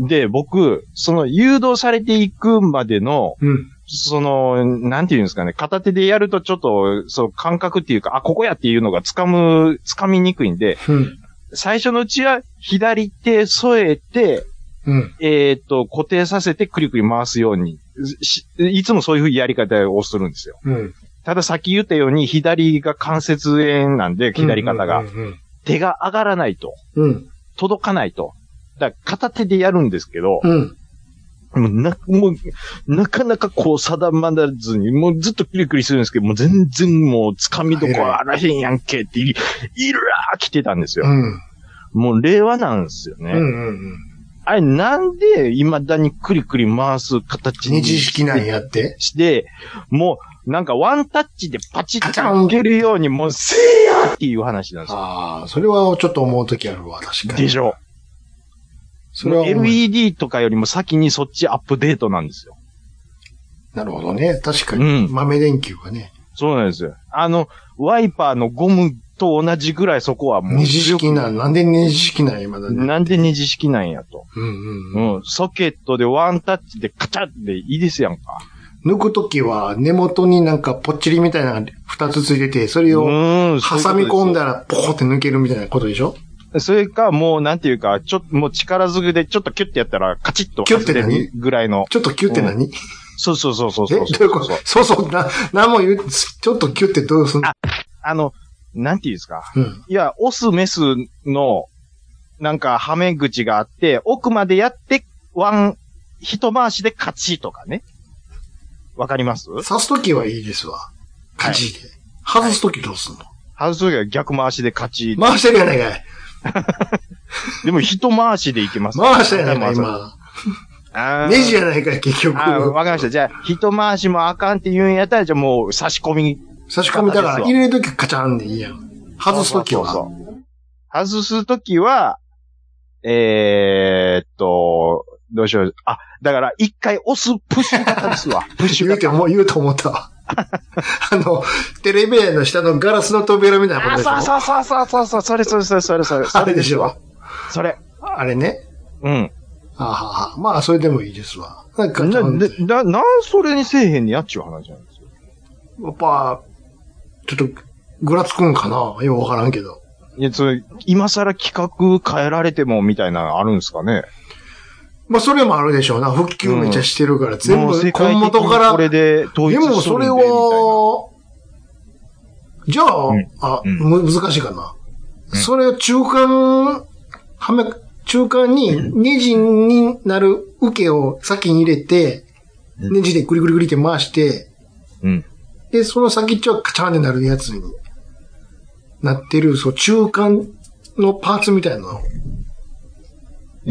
で、僕、その誘導されていくまでの、
うん。
その、なんていうんですかね、片手でやるとちょっと、そう、感覚っていうか、あ、ここやっていうのが掴む、掴みにくいんで、
うん。
最初のうちは左手添えて、
うん。
えっ、と、固定させてクリクリ回すように、しいつもそういうやり方をするんですよ。
うん。
たださっき言ったように、左が関節炎なんで、左肩が。
うんうん
手が上がらないと。
うん。
届かないと。だから片手でやるんですけど
う、ん。
もうな、もう、なかなかこう定まらずに、もうずっとクリクリするんですけど、もう全然もう掴みどころあらへんやんけって、いいらー来てたんです
う
よ。
ん。
もう令和なんですよね。
うん。うん。
あれなんで未だにクリクリ回す形
二
に
次式なんやって。
して、もうなんかワンタッチでパチッといけるように、もうせーやっていう話なんですよ。
ああ、それはちょっと思うときあるわ、確かに。
でしょ。
それは思う
LED とかよりも先にそっちアップデートなんですよ。
なるほどね。確か
う
に。
ん
豆電球がね、
そうなんですよ。あの、ワイパーのゴムと同じぐらいそこはもう
二次
強く。
式なん、なんで二次式なん、今だね。
なんで二次式なんやと。
うんうん
うん。ソケットでワンタッチでカチャっていいですやんか。
うん。抜くときは根元になんかぽっちりみたいなのが二つついてて、それ
う
を
ん。
挟み込んだ
ら。
らポコって抜けるみたいなことでしょ
それか、もう、なんていうか、ちょっと、もう力ずくで、ちょっとキュッてやったら、カチッと
キュッて
外
何
れるぐらいの。
ちょっとキュって何、え
そうそうそうそう
ど
そううそう。
いうことそうそう、な、なんも言う、ちょっとキュってどうすんの
あの、なんていうんですか。
うん。
いや、オス、メスの、なんか、はめ口があって、奥までやって、ワン、一回しでカチッとかね。わかります
刺すときはいいですわ。カチで。外すときどうすんの、
外すときは逆回しでカチッ
回してるやないかい。
でも一回しでいきます。
回したやないかい、
回す。
今。
あー
ネジやないかい、結局。
あーわかりました。じゃあ、一回しもあかんって言うんやったら、じゃあもう差し込み。
差し込みだから、入れるときカチャンでいいやん。外すときは。
そうそうそう。外すときは、えー、っと、どうしよう。あ、だから一回押すプッシュ型で
(laughs)
すわ。プッシュ
言う
型。
ても、言うと思った
(laughs)
わ。あの、テレビ台の下のガラスの扉みたいなこと
あ、
でしょ
(laughs) そうそうそうそうそうそう、それそれそれそれそれ、
あ
そ
れ
れ
でしょ
それ。
あれね。
うん。
あはは。まあ、それでもいいですわ。なんか、
な、
や
な、ななんそれにせえへんにやっちゅう話なんですよ。
っぱ、ちょっと、ぐらつくんかなようわからんけど。
いや、それ、今更企画変えられてもみたいなのあるんですかね
まあ、それもあるでしょうな。復旧めっちゃしてるから、全
もう
部、
世界
根
的に
元から。
これで統一
で
しとるんで
も、それ
みたいな
は、じゃあ、
うん
あ、
うん
む難しいかな。
うん
それを中間、はめ、中間にネジになる受けを先に入れて、
うん
ネジでグリグリグリって回して、
うん。
で、その先っちょはカチャーンってなるやつになってる、そう、中間のパーツみたいなの
(laughs)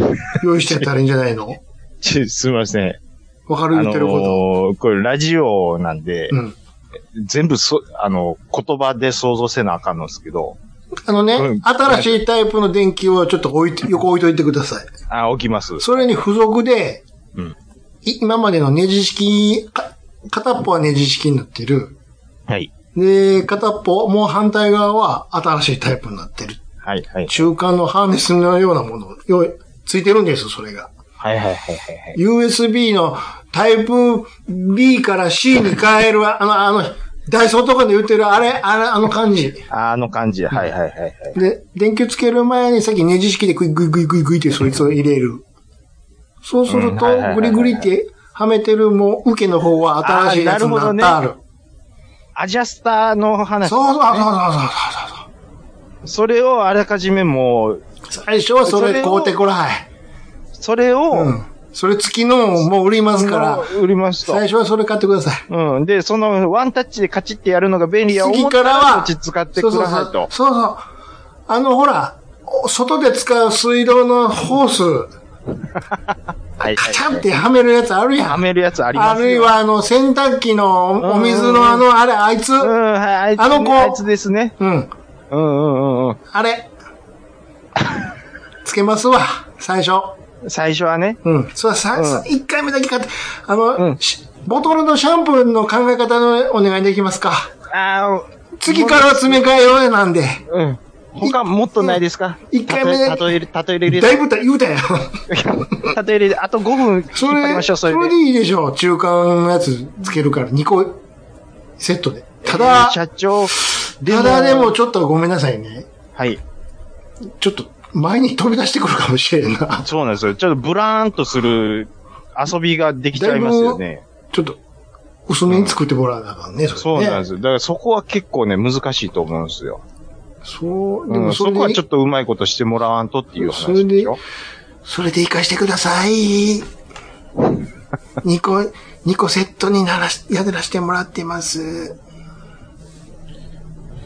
を用意してやったらいいんじゃないの
ちょすみません。
わか
あ
る
の
言ってること。
ーこれラジオなんで、
うん。
全部そ、あの、言葉で想像せなあかんのですけど、
あのね、
うん
新しいタイプの電球をちょっと置いて、横置いといてください。
あ、起きます。
それに付属で、
うん
い今までのネジ式、か片っぽはネジ式になってる。
はい。
で、片っぽ、もう反対側は新しいタイプになってる。
はい、はい。
中間のハーネスのようなもの、よいついてるんです、それが。
はい、はい、はい、はいはい。
USB のタイプ B から C に変える、あの、あの、ダイソーとかで売ってる、あれ、あれ、あの感じ。
あの感じ。はい、はい、はい。はい
で、電球つける前にさっきネジ式でグイグイグイグイグイってそいつを入れる。そうすると
うんはいはいはいは、い
グリグリってはめてるもう受けの方は新しいやつになってある。
アジャスターの話。
そうそうそうそうそう
それをあらかじめもう、
最初はそれ買うてこらい。
それを、
うん。それ付きのもう売りますから、
売りますと
最。初はそれ買ってください。
うん。で、そのワンタッチでカチってやるのが便利や
次
思っ
か
た
ら
ら、こ
は
っ、ち使ってくださいと。
そうそうそう。そうそうあの、ほら、お外で使う水道のホース、
はい
カチ
は
ャンっ
い。
てはめるやつあるやん。
はめるやつありま
あ
すよ。
るいは、あの、洗濯機のおお水
うん
のあの、あれ、あいつ。
うん、
う
はい、あいつ、
あの子
あいつですね。
ん。
うんうんうん
あれ。つけますわ、最初。
うん。最初はね。
うん。それはさ、
うん
一回目だけ買って、あ
う
の
ん、
しボトルのシャンプーの考え方のお願いできますか。
ああ、
次からは詰め替えようなんで。
うん。他もっとないですか
一回目
たとえ、たとえ入れ、
だいぶた言うたやん。
(laughs) たとえ入れ、あと5分引っ
そ
張りま
れ、
しょう、そ
そ
れ
れ
で
で。いいでしょう。中間のやつつけるから、2個セットで。た
え
だ
ー、社長、
ただでも、ちょっとごめんなさいね。
はい。
ちょっと前に飛び出してくるかもしれんな。
そうなんですよ。ちょっとブラーンとする遊びができちゃいますよね。
ちょっと、薄めに作ってもらわなあかんね、そ
そ
れ
う
ね。
なんですよ。だからそこは結構ね、難しいと思うんですよ。
そう、で
う
も
ん、
そ
そ
れで、
こはちょっとうまいことしてもらわんとっていう話
それで
ですよ。
それで活かしてください。2個、2個セットにならし、やらしてもらってます。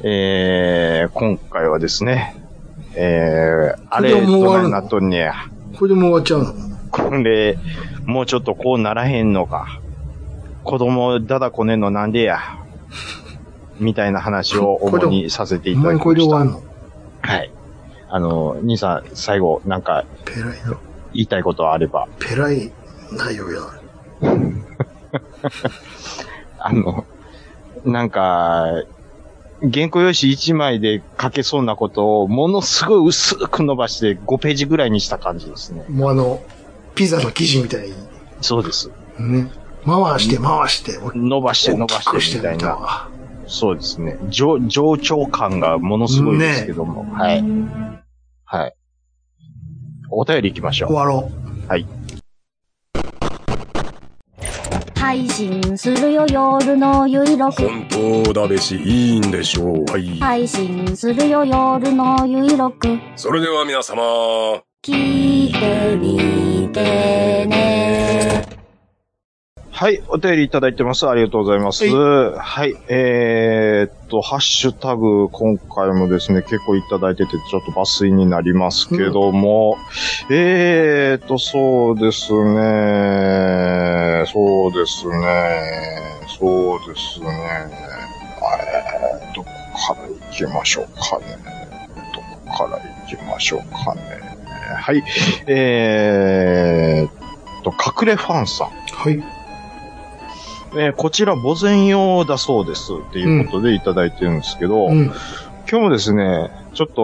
えー、今回はですね、えー、あれ、
これでもう終
ど
わる
な
の
いなっとんねや。
これでもう終わっちゃうの
これ、もうちょっとこうならへんのか。子供だだこねんのなんでや。みたいな話を主にさせてい
ほん
た
ま
だ
に
き
これ
ま
で
し
終
た
わ。るの
はい。あの、兄さん、最後、なんか
ペライの、
言いたいことあれば、
ペライ内容や。
あの、なんか、原稿用紙1枚で書けそうなことを、ものすごい薄く伸ばして5ページぐらいにした感じですね。
もうあの、ピザの生地みたいに、
そうです。
ね。回して回して、
伸ばして伸ば
大きく
してみたい
わ
な。そうですね。上、上長感がものすごいですけども。はい。はい。お便り行きましょ
終
う。
わろ
はい。
配信するよ夜のゆいろく
本当だべし、いいんでしょう。はい。
配信するよ夜のゆいろく
それでは皆様。
聞いてみてね
はい。お便りいただいてます。ありがとうございます。はい。えー、っと、ハッシュタグ、今回もですね、結構いただいてて、ちょっと抜粋になりますけども、えーっと、そうですね、そうですね、そうですね、えーどこから行きましょうかね。どこから行きましょうかね。はい。えーっと、隠れファンさん。
う。はい。
えーこちら、墓前用だそうですっていうことでいただいてるんですけど、
うん。
今日もですね、ちょっと、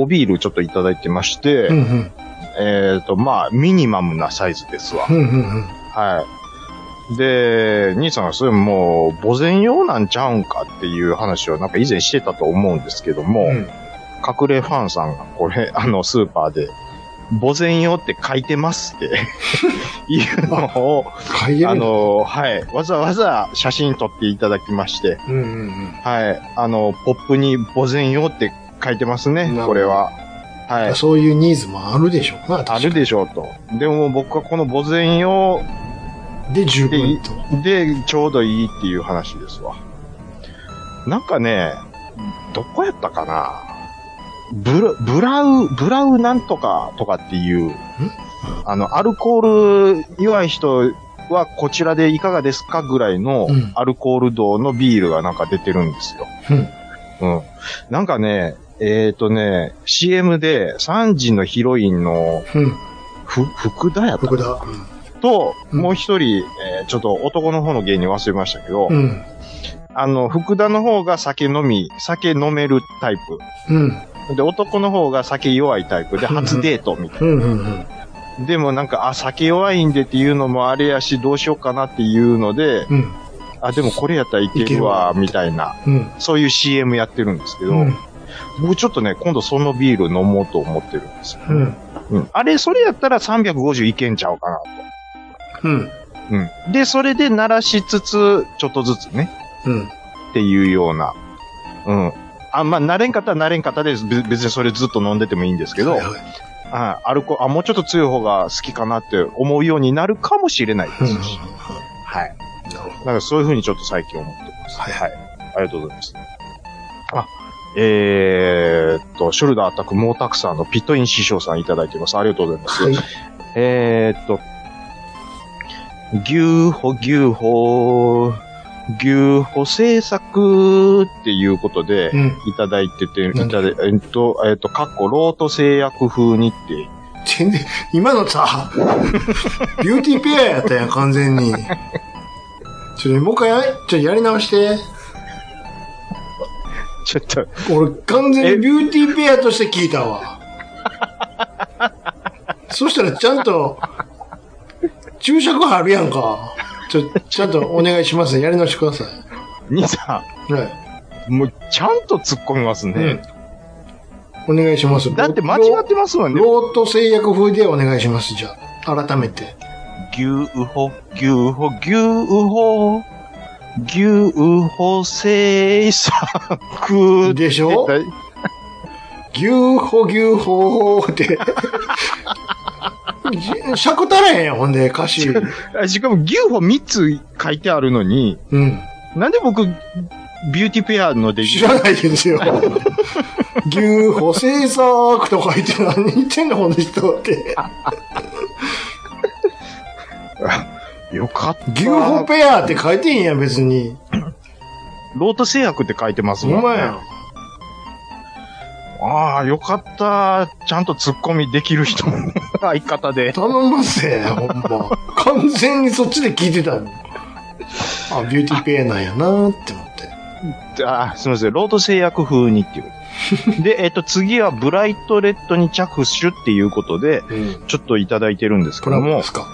おビールちょっといただいてまして、
うんうん。
えっ、と、まあ、ミニマムなサイズですわ
う。んうんうん。
はい。で、兄さんがそれもう、墓前用なんちゃうんかっていう話をなんか以前してたと思うんですけども、
うん
隠れファンさんがこれ、 (laughs) あの、スーパーで、墓前用って書いてますって
(laughs)
いうのを、
書いてる
あ、の、はい。わざわざ写真撮っていただきまして、
うんうん
はい。あの、ポップに墓前用って書いてます
なる
ね
ほ、ど
これは。
う
は
ん。
い。
そういうニーズもあるでしょうな、
あるでしょうと。でも僕はこの墓前用
で、十分と。
でちょうどいいっていう話ですわ。なんかね、どこやったかなブラブラウ、ブラウなんとかとかっていう、あの、アルコール弱い人はこちらでいかがですかぐらいの
うん
アルコール度のビールがなんか出てるんですよ。うん。なんかね、えっ、とね、CM で3時のヒロインの
うん。うん。
ふ福田やった
僕だ。
と、
うん
もう一人、えーちょっと男の方の芸人忘れましたけど、
うん。
あの、福田の方が酒飲み、酒飲めるタイ
うん。
プ。で、男の方が酒弱いタイプで、
うんうん
初デートみたい
うん。うん。
な。でもなんか、あ、酒弱いんでっていうのもあれやし、どうしようかなっていうので、
うん。
あ、でもこれやったらいけ
いけ
る
るわ
わ、みたいな、
うん。
そういう CM やってるんですけど、
うん。
僕ちょっとね、今度そのビール飲もうと思ってるんですよ。
うん。
うんあれ、それやったら350いけんちゃうかな
うん。
と。うん。で、それで鳴らしつつ、ちょっとずつね、
うん。
っていうような。うん。あ、まあ、慣れん方は慣れん方です。べ別にそれずっと飲んでてもいいんですけど、
は
はい
はい
い。アルコあ、もうちょっと強い方が好きかなって思うようになるかもしれないです
うん
し。
うんうん
はい。
なるほ
なんかそういうふうにちょっと最近思ってます。
はい
はい。ありがとうございます。あ、えー、っと、ショルダーアタックモータクさんのピットイン師匠さんいただいてます。ありがとうございます。
ど。はい。
えー、っと、牛歩牛歩、牛歩制作っていうことで
う、ん。
いただいてて、い
なんだ
ただいえっと、えっと、かっこ、ロート製薬風にって、
全然、今のさ、 (laughs) ビューティーペアやったやん、完全に。ちょっともう一回や、ちょっとやり直して。
ちょっと、
俺、完全にビューティーペアとして聞いた
(laughs)
わ。そしたらちゃんと、注釈あるやんか。ちょ、ちゃんとお願いしますね。やり直してください。
兄さ
はい。
ん、もう、ちゃんと突っ込みますね。
うん。お願いします。
だって間違ってますもんね。
ロート製薬風でお願いします、じゃあ。改めて。
牛歩、牛歩、牛歩、牛歩製作。
でしょ
え
牛歩牛歩
(laughs)
って。尺足らへんやん、ほんで、歌詞。
だしかも牛歩3つ書いてあるのに、
うん。
なんで僕、ビューティーペアので
知らないですよ。牛歩製作とか言って何言ってんの、この人って。
よかった。
牛歩ペアって書いてんや、別に。
ロート製薬って書いてます
ほ
もんね。
んまや。
ああ、よかった。ちゃんと突っ込みできる人も (laughs) 相方で。
頼んますね、ほんま。完全にそっちで聞いてたの。あ、ビューティーペアなんやなって思って。
ああ、すみません。ロード製薬風にっていう。で、えっと、次はブライトレッドに着手っていうことで、
うん。
ちょっといただいてるんです
コラ
けど
ボで
も
す、か。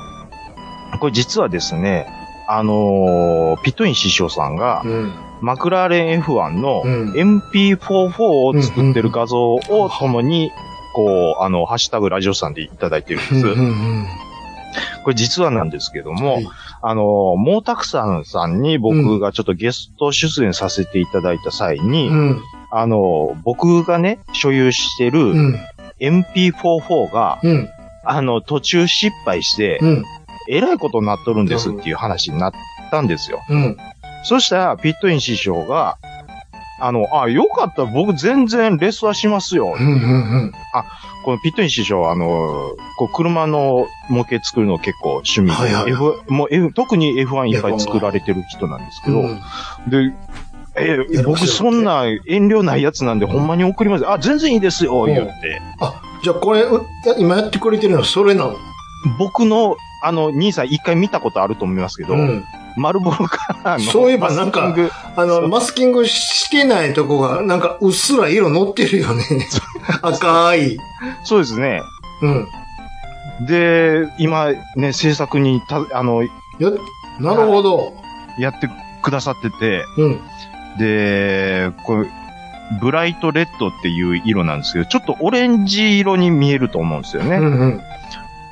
これ実はですね、あのーピットイン師匠さんが
う、ん。
マクラーレン F1 の
うん
MP44 を作ってる画像を共に、こう、あの、ハッシュタグラジオさんでいただいてるんです。
うん。
これ実はなんですけども、
はい
あの、モータクさんさんに僕がちょっとゲスト出演させていただいた際に、
うん。
あの、僕がね、所有して
う
る
ん。
MP44 が、
うん。
あの、途中失敗して、
うん。
えらいことになっとるんですっていう話になったんですよ。
うん。
そしたら、ピットイン師匠が、あの、あ、よかった、僕全然レスはしますよ。
うん。うん。
このピットイン師匠は、あの、こう車の模型作るの結構趣味で、
はいはい
F もう F 特に F1 いっぱい作られてる人なんですけど、
うん。
で、え
や、りま
僕
すよ
そんな遠慮ないやつなんで、ほんまに送ります。あ、全然いいですよ、
うん
言って。
あ、じゃあこれ、う今やってくれてるのはそれなの
僕の、あの、兄さん一回見たことあると思いますけど、
うん。
マルボロからの、
そういえばなんか
マスキング
あ
そ
の、
う
マスキングしてないとこが、なんかうっすら色乗ってるよね。赤い。
そうですね。
うん。
で、今、ね、制作にた、あの、
よなるほど。
やってくださってて、
うん。
で、これ、ブライトレッドっていう色なんですけど、ちょっとオレンジ色に見えると思うんですよね。
うんうん。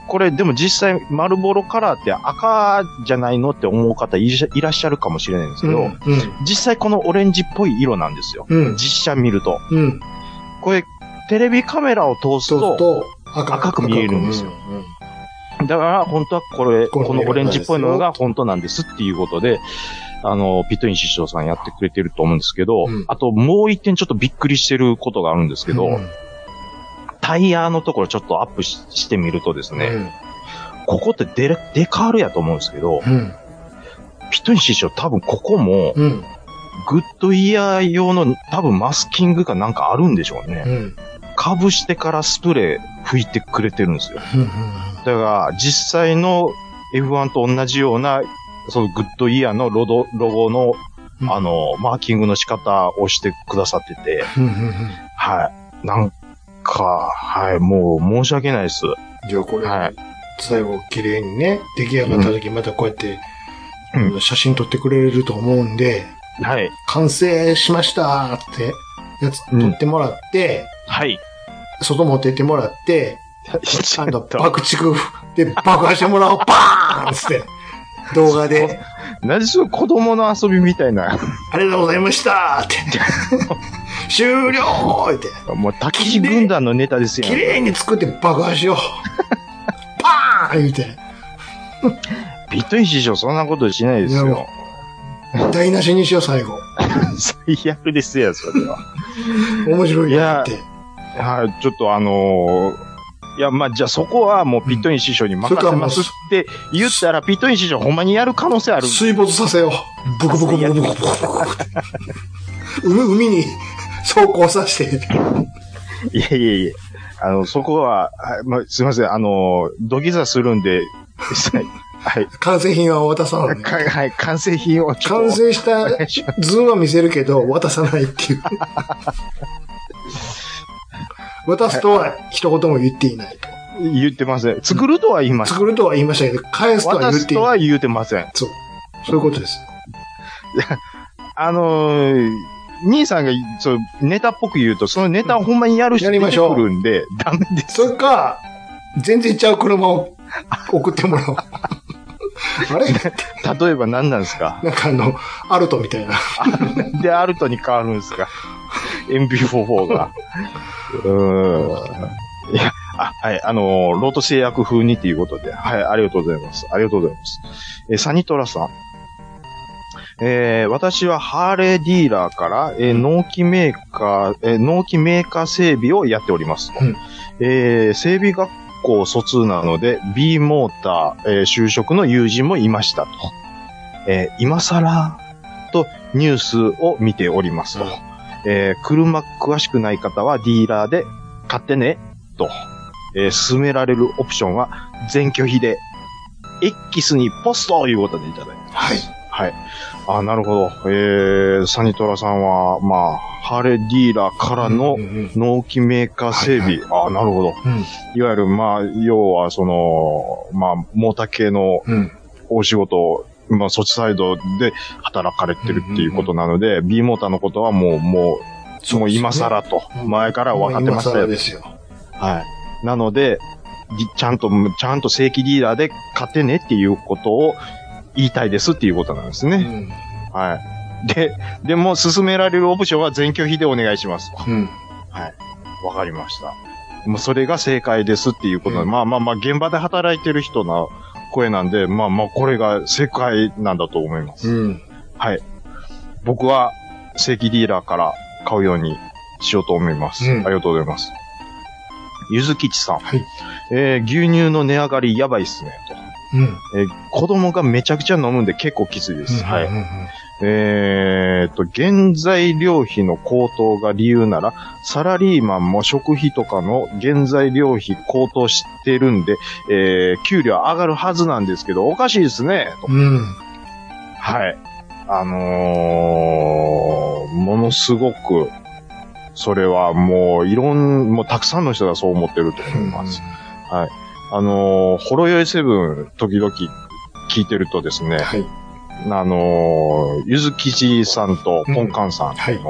これでも実際、丸ボロカラーって赤じゃないのって思う方いらっしゃいらっしゃるかもしれないんです
う
けど、
ん。うん
実際このオレンジっぽい色なんですよ。
うん。
実写見ると。
うん。
これ、テレビカメラを通す
そうする
と、
と赤
赤く見えるんですよ。
うん
だから本当はこれ、
これ
このオレンジっぽいのが本当なんですっていうことで、あの、ピットイン師匠さんやってくれてると思うんですけど、
うん
あともう一点ちょっとびっくりしてることがあるんですけど、
うん
タイヤのところちょっとアップししてみるとですね、ここってデレデカールやと思うんですけど、
うん。
ピットイン師匠多分ここも、
うん。
グッドイヤー用の多分マスキングかなんかあるんでしょうね。
うん。うん。
かぶしてからスプレー拭いてくれてるんですよ。
うん
だから、実際の F1 と同じような、そのグッドイヤーのロドロゴの、
うん
あの、マーキングの仕方をしてくださってて、
うんうんうん。
はい。なんか、はい、もう申し訳ないです。
じゃあこれ、
はい
最後綺麗にね、出来上がった時またこうやって、
う
写真撮ってくれると思うんで、
はい。
完成しましたって、やつ
うん
撮ってもらって、 (laughs)
はい。
外持ってってもらって、
ち
あの、爆竹で爆破してもらおう、バーンっつって、動画で、
何しろ子供の遊びみたいな。 (laughs)
ありがとうございましたって、終了って。
もう、滝地軍団のネタですよ
綺。麗に作って爆破しよう。パーン言うて。
ビットイ師匠、そんなことしないです
いや
よ
も。台無しにしよう、最後。
(laughs) 最悪ですよ、それは。
面白いやって。
はい、ちょっとあのーいや、まあ、じゃあそこはもうピットイン師匠に任せますって言ったら、ピットイン師匠ほんまにやる可能性ある。
水没させよう。ブクブクブクブクブクブクって。海海に走行させて。
いやいやいや。あの、そこは、はいまあ、すいません、あのー土下座するんで、はい、
完成品は渡さない。
かはい、完成品をちょっと
完成した
お願いしま
図は見せるけど、渡さないって
(laughs)
いう。渡すとは一言も言っていないと。
言ってません。作るとは言いました。
作るとは言いましたけど、返すとは
渡
言っ
す
てい
と
ない。
は言うてません。
そう。そういうことです。
あのー兄さんが、そう、ネタっぽく言うと、そのネタをほんまにやる人
やり
出
ま
て
しょ
く
う
るんで、ダメです。
それか、全然ちゃう車
(laughs)
を送ってもらおう。 (laughs) あれ
例えば何なんですか
なんかあの、アルトみたいな。
で、アルトに変わるんですか ?MP44 が。うーん。いや、あ、はい、あのーロート製薬風にっていうことで、はい、ありがとうございます。ありがとうございます。えーサニトラさん。えー私はハーレーディーラーから、えー納期メーカー、えー納期メーカー整備をやっております。
うん
えー整備学校卒なので、B モーター、えー就職の友人もいましたと。えー今更とニュースを見ておりますと。
うん
えー車詳しくない方はディーラーで買ってね、と。えー勧められるオプションは全拒否で、X にポストということでいただいて
はい。
はい。あ、なるほど。えー、サニトラさんは、まあ、ハレディーラーからの
うんうん
納期メーカー整備。あ、なるほど。
うん
いわゆる、まあ、要は、その、まあ、モーター系の
うん。
お仕事を、まあ、そっちサイドで働かれてるっていうことなので、B モーターのことはもう、もう、もう今更と。
うん
前から分かってました
今更
よ。
ですよ。
はい。なので、じちゃんと、ちゃんと正規ディーラーで勝てねっていうことを言いたいですっていうことなんですね。
うん。
はい。で、でも、勧められるオプションは全拒否でお願いします。
うん。
わかりました。もうそれが正解ですっていうことで、
うん
まあまあまあ、現場で働いてる人の声なんで、まあまあ、これが正解なんだと思います。
うん。
はい。僕は、正規ディーラーから買うようにしようと思います。
うん
ありがとうございます。ゆずきちさん。
はい
えー牛乳の値上がりやばいっすね。
うん。
とえー子供がめちゃくちゃ飲むんで結構きついです。はい。
い。
えーっと、原材料費の高騰が理由なら、サラリーマンも食費とかの原材料費高騰してるんで、えー給料上がるはずなんですけど、おかしいですね。と
うん。
はい。あのー、ものすごく、それはもういろん、もうたくさんの人がそう思ってると思います。あのー、ほろよいセブン時々聞いてるとですね、
はい。
あのー、ゆずきちさんとポンカンさんの、
はい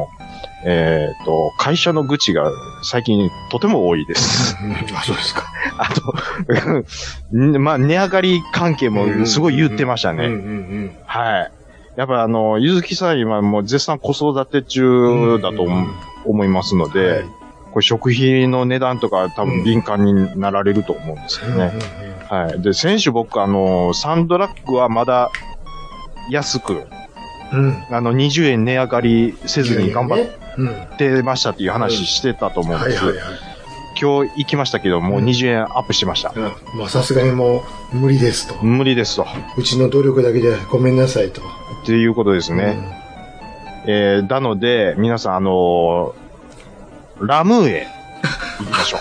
えっ、と、会社の愚痴が最近とても多
(laughs)
いです。
あ、そうですか。
あと、うんまあ、値上がり関係もすごい言ってました
う
ね。
ん
はい。やっぱあの、ゆずきさん今もう絶賛子育て中だと思,、思いますので、
はい
これ食費の値段とか多
う
分
ん
敏感になられると思うんですけどね。はい。で、先週僕あの、サンドラッグはまだ安く、
うん。うん。
あの、20円値上がりせずに頑張っ
って。うん。は
てましたっていう話してたと思
い
うん
は
で
い
す。
は
今日行きましたけど、もううん20円アップしました。
い。まあ、さすがにもう無理ですと。
無理ですと。
うちの努力だけじゃごめんなさいと。
っていうことですね。えー、なので、皆さん、あのーラムーへ行きましょ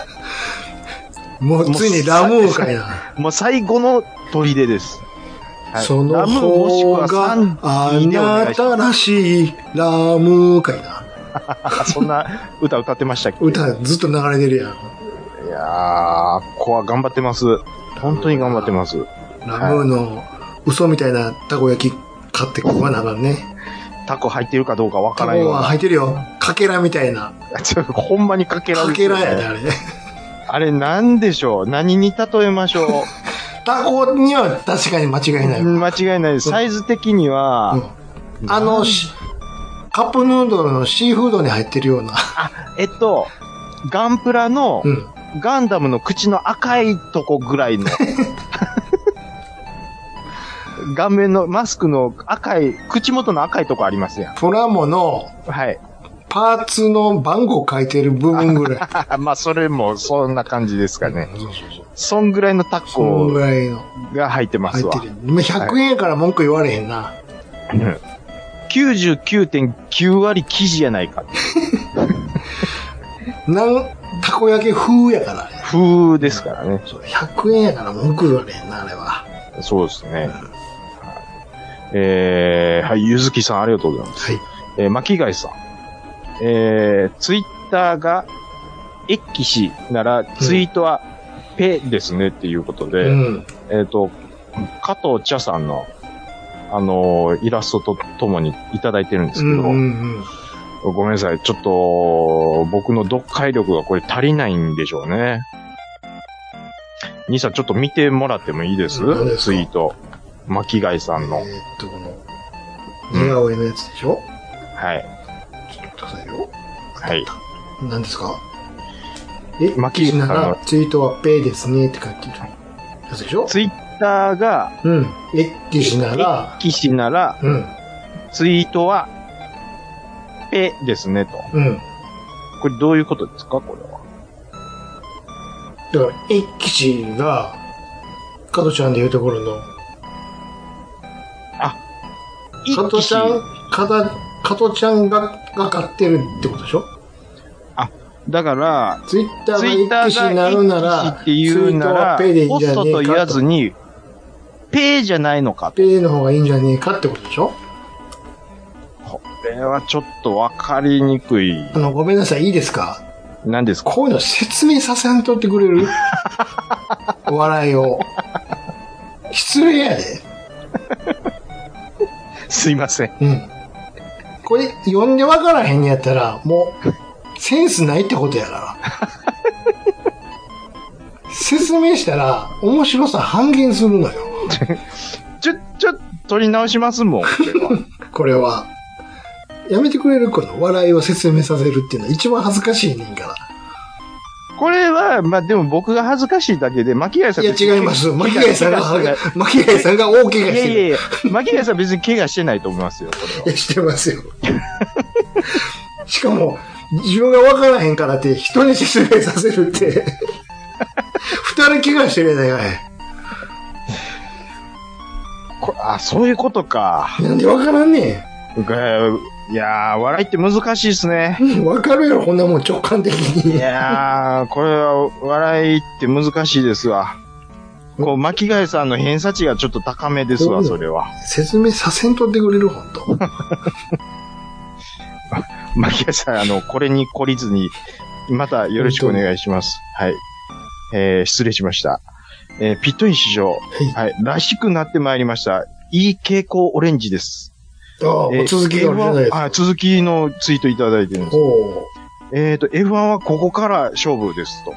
うん。もうついにラムーかいな。 (laughs)
う。もう最後の砦です。はい
その
ラムーもしく
方
は
が
サン
あ
でお願
ない
しま
た
す
らしいラムーかいな。
あそんな歌歌ってましたっけ
歌ずっと流れてるやん。
いやー、ここは頑張ってます。本当に頑張ってます。
ラムーの嘘みたいなたこ焼き買って食わなあかんね。
タコ入ってるかどうかわ
た
からん
こ
よう
は
な。
入ってるよ。かけらみたいな。
ちょほんまにかけら
か
です
け
よ
ら
ね
やで、あれね。
あれなんでしょう何に例えましょう
タコには確かに間違いない。
間違いないです。サイズ的には、
うんあの、しカップヌードルのシーフードに入ってるような。
えっと、ガンプラの
うん。
ガンダムの口の赤いとこぐ
(laughs)
らいの。顔面のマスクの赤い、口元の赤いとこありますや
プラモの
ん。はい。
パーツの番号書いてる部分ぐらい。
まあ、それもそんな感じですかね。
(laughs) そうそうそう。
そんぐらいのタッ
このぐ
コ
らいの
が入ってま
入
すわ
っ。てる。まあ100円やから文句言われへんな。
99.9割生地やないか。
なん、たこ焼き風やからね。
風ですからね。
そう100円やから文句言われへんな、あれは。
そうですね。えー、はい、ゆずきさんありがとうございます。
はい。
えー、巻貝さん。えー、ツイッターが、エッキシなら、ツイートは、ペですね、っていうことで、
うん。
えっ、と、加藤茶さんの、あのーイラストとともにいただいてるんです
う
けど、
んうん
ごめんなさい。ちょっと、僕の読解力がこれ足りないんでしょうね。兄さん、ちょっと見てもらってもいいです
何ですか
ツイート。巻貝さ
うん。え
んの。
ーっと、この、似顔絵のやつでしょ
はい。
ちょっと待ってくださいよ。
はい。
何ですかえ、
巻
記事な
あの
ら、ツイートはペイですねって書いてるやつでしょ
ツイッターが、
うん。え、記事なら、
騎士なら、
うん、
ツイートは、ペですね、と。
うん。
これどういうことですかこれは。
だから、え、記事が、加トちゃんで言うところの、加トちゃん、加ト、加トちゃんが、が買ってるってことでしょ
だから、
ツイッタ
ツイッ
ー
タ
が一騎士
ー
に
が
なるなら
一騎士、っていうなら、
ツイートはペイでいいん
ホ
じゃ
スト
ねえ
と言わ
か
ず
と。
に、ペじゃないのかと。
ペイの方がいいんじゃねえかってことでしょ
これはちょっとわかりにくい。
あの、ごめんなさい、いいですか
なんですか
こういうの説明させんとってくれ (laughs) る笑いを。失礼やで。
すいません。
うん。これ、読んでわからへんやったら、もう、センスないってことやから。説明したら、面白さ半減するのよ。
ちょ、ちょ、取り直しま
(laughs)
すもん。これは
これは。やめてくれるこの笑いを説明させるっていうのは一番恥ずかしいねんか
これは、まあでも僕が恥ずかしいだけで、巻貝さ
ら。
ん
いや、
別に
(laughs) 違い
(laughs)
ます。巻貝さんが
怪我して、
巻貝さんが大怪我し
ないいや
て
い
る。
や。いや、巻貝さん別に怪我してないと思いますよ、これはい
や、してますよ。しかも、自分が分からへんからって、人に説明させるって。二人怪我してるやないかい。
こあ、そういうことか。
なんで分からんね
がいやー、笑いって難しいですね。
ん。うん分かるやろ、こんなもん直感的
い
に。
やー、これは笑いって難しいですわ。こう、巻貝さんの偏差値がちょっと高めですわ、それは。
説明させんとってくれる、ほんと。
巻谷さん、あの、これに懲りずに、またよろしくお願いします。はい。えー、失礼しました。えー、ピットイン市場。はい。らしくなってまいりました。いい傾向オレンジです。
ああ、
えー
続きがあるじゃないです
F1
か。
あ続きのツイートいただいてるんです。
おう
えーと、F1 はここから勝負ですと。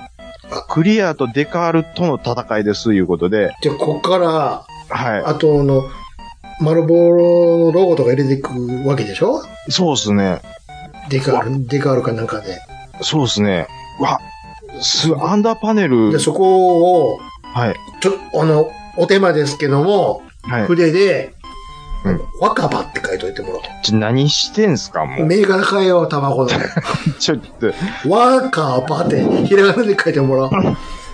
クリアとデカールとの戦いですということで、
じゃあ、こっから、
は
あとの、丸ボロのロゴとか入れていくわけでしょ
い。そうですね。
デカール、デカールかなんかで。
そうですね。うわ、す、アンダーパネル
で、。そこを、
はい。
ちょ、あの、お手間ですけども、
はい。
筆で、
うん
若葉って書いといてもらお
ちょ何してんすか、
う。
も
銘柄変えよう、タバコの。
う。ちょっと、
若葉って、ひらがなで書いてもらおう。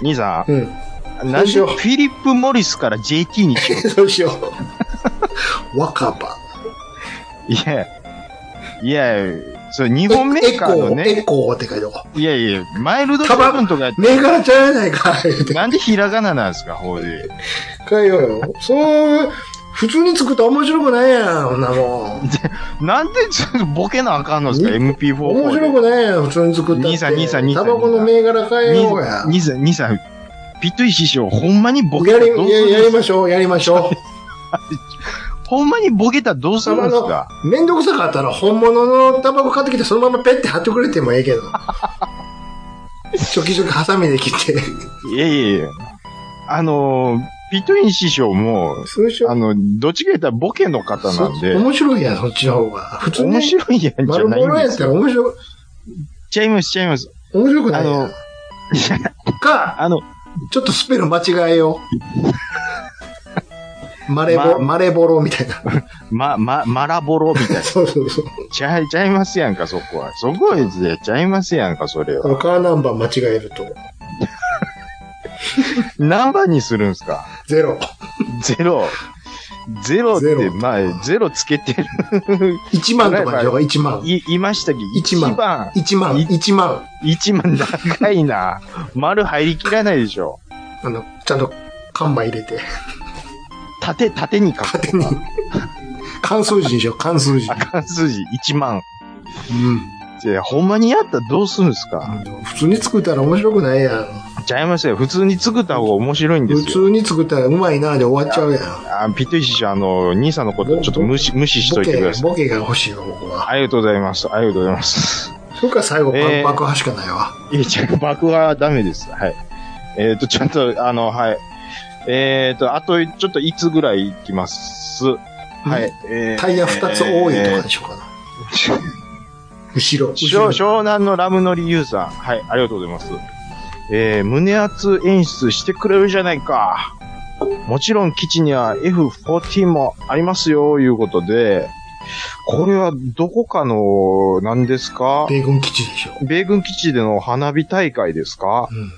兄さ
うん。 (laughs)
ん、なん
そう
でフ
しよう
ィリップ・モリスから JT にしよ
そうしよう。若葉。
う。い (laughs) や、いや、それ日本メーカーの
エ
ね、
コーエコーって書いておこ
いやいや、マイルドセ
タバ
ブンとか
う。、銘柄ちゃうやないか、言うて。
(laughs) なんでひらがななんですか、ほうで。
変えようよ。そう、普通に作ったら面白くないやん、そんなもん。
なんで、ボケなあかんのですか、MP4 法で。
面白くないやん、普通に作ったって。
兄さん兄さん兄さん
タバコの銘柄変えようや。
兄さん、兄さん、ピットイ師匠、ほんまにボケ
や
た
り
らどうす
や
るん
や
で
り
すか
ましょう、やりましょう。
ほんまにボケたらどうするんですか
めんどくさかったら本物のタバコ買ってきてそのままペッて貼ってくれてもええ
(laughs)
けど。ちょきちょきハサミで切って。
いやいやいや。あのーピトイン師匠も、
通称
あ、の、どっちか言ったらボケの方
そ
なんで、
面白いやん、そっちの方が。普通ね
面白いやんじゃ
丸
ない
ボ
ん
ロや
で
っ
す
たら面白い、
ちゃいます、ちゃいます。
面白くないや
あ
ん
の。いや、
か、
あの、
ちょっとスペル間違えよう。マレボ、
ま
マレボロみたい
(laughs)
な。
ま、ま、マラボロみたい (laughs) な。
そうそうそう。
ちゃい、ちゃいますやんか、そこは。そこはでちゃいますやんか、それ
あ
は。
の、カーナンバー間違えると、
何番にするんすか
ゼロ。
ゼロ。ゼロっ
ゼ
て、
ロ
まあ、ゼロつけてる。
1万とかでしょうか、1万。
い、いましたっけ
一万
一
1
番。
万、
い
1万。
一万長いな。丸入りきらないでしょ。
あの、ちゃんと、カンマ入れて。
縦、縦に書く。
縦に。 (laughs) 関数字にしよう、関数字。
あかん数字、一万。
うん。
じゃあほんまにやったらどうするんすか
普通に作ったら面白くないやん。
ちゃいますよ。普通に作った方が面白いんで
普
すよ。
通に作ったらうまいなで終わっちゃうやん。
あ、ピットイシ師匠、あの、兄さんのことちょっと無視、無視しと
ボ
いてく
ケ
だ、さい。
ボケが欲しいよ、僕は。
ありがとうございます。ありがとうございます。
それから最後、パ
えー
ン爆破しかないわ。
いや、じゃ爆破はダメです。はい。えっ、と、ちょっと、あの、はい。えっ、と、あと、ちょっといつぐらい行きますはい。えー
タイヤ2つ多いとかでしょうかな。後ろ。
湘
後ろ
湘南のラムノリユーさん。はい、ありがとうございます。えー、胸圧演出してくれるじゃないか。もちろん基地には F14 もありますよ、いうことで、これはどこかの、何ですか
米軍基地でしょ。
米軍基地での花火大会ですか
うん。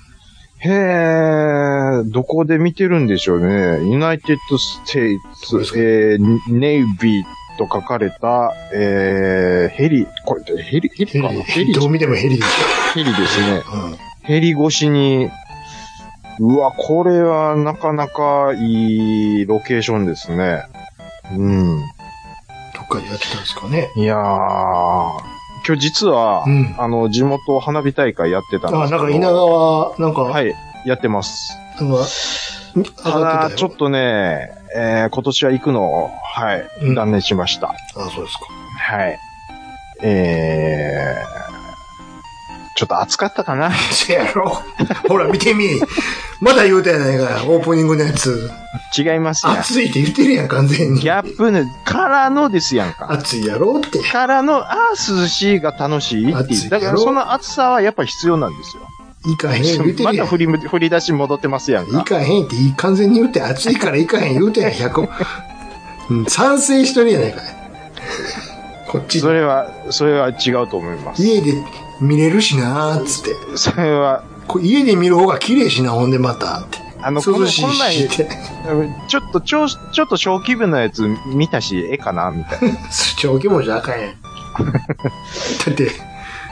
へえ、どこで見てるんでしょうね。ユナイテッド・ステイツ
そうです、か
えー、ネイビーと書かれた、えー、ヘリ、これ、ヘリ、ヘリ
ヘ
かな
リ、どう見てもヘリでし
ヘリですね。
ょ。うん。
ヘリ越しに、うわ、これはなかなかいいロケーションですね。うん。
どっかでやってたんですかね。
いやー、今日実は、
うん
あの、地元花火大会やってたんですけど。
あ、なんか稲川、なんか、
はい、やってます。
なんか、上
た
がっ
だ、
て
ち
た
ょ
よ
っ。とね、えー今年は行くのを、はい、
うん
断念しました。
あ、そうですか。
はい。えー、ちょっと暑かったかな。
せやろ。ほら、見てみ。まだ言うたやないか、オープニングのやつ。
違いますやん。
暑いって言ってるやん、完全に
ギ。ャップね、からのですやんか。
暑いやろって。
からの、ああ、涼しいが楽しいって
暑
い。
いう
だか
や
ら
ろ
その暑さはやっぱ必要なんですよ。
いかへん
(laughs)
言うて
ま
るや
た
ん。
振りむ、振り出し戻ってますやん
い
か。
かへんっていい完全に言うて、暑いからいかへん言うてやん、100。うん、賛成しとるやないかい。こっち、
それは、それは違うと思います。
家で見れるしなーっつって。
それは、
こう家で見る方が綺麗しな、ほんでまたって。
あの、この、
涼し
こ
い
の前
しっ、 (laughs) て。
ちょっと、ちょう、ちょっと小規模なやつ見たし、ええかなみた
(laughs)
いな。
長気持ちあかん
(laughs)
やん。だって、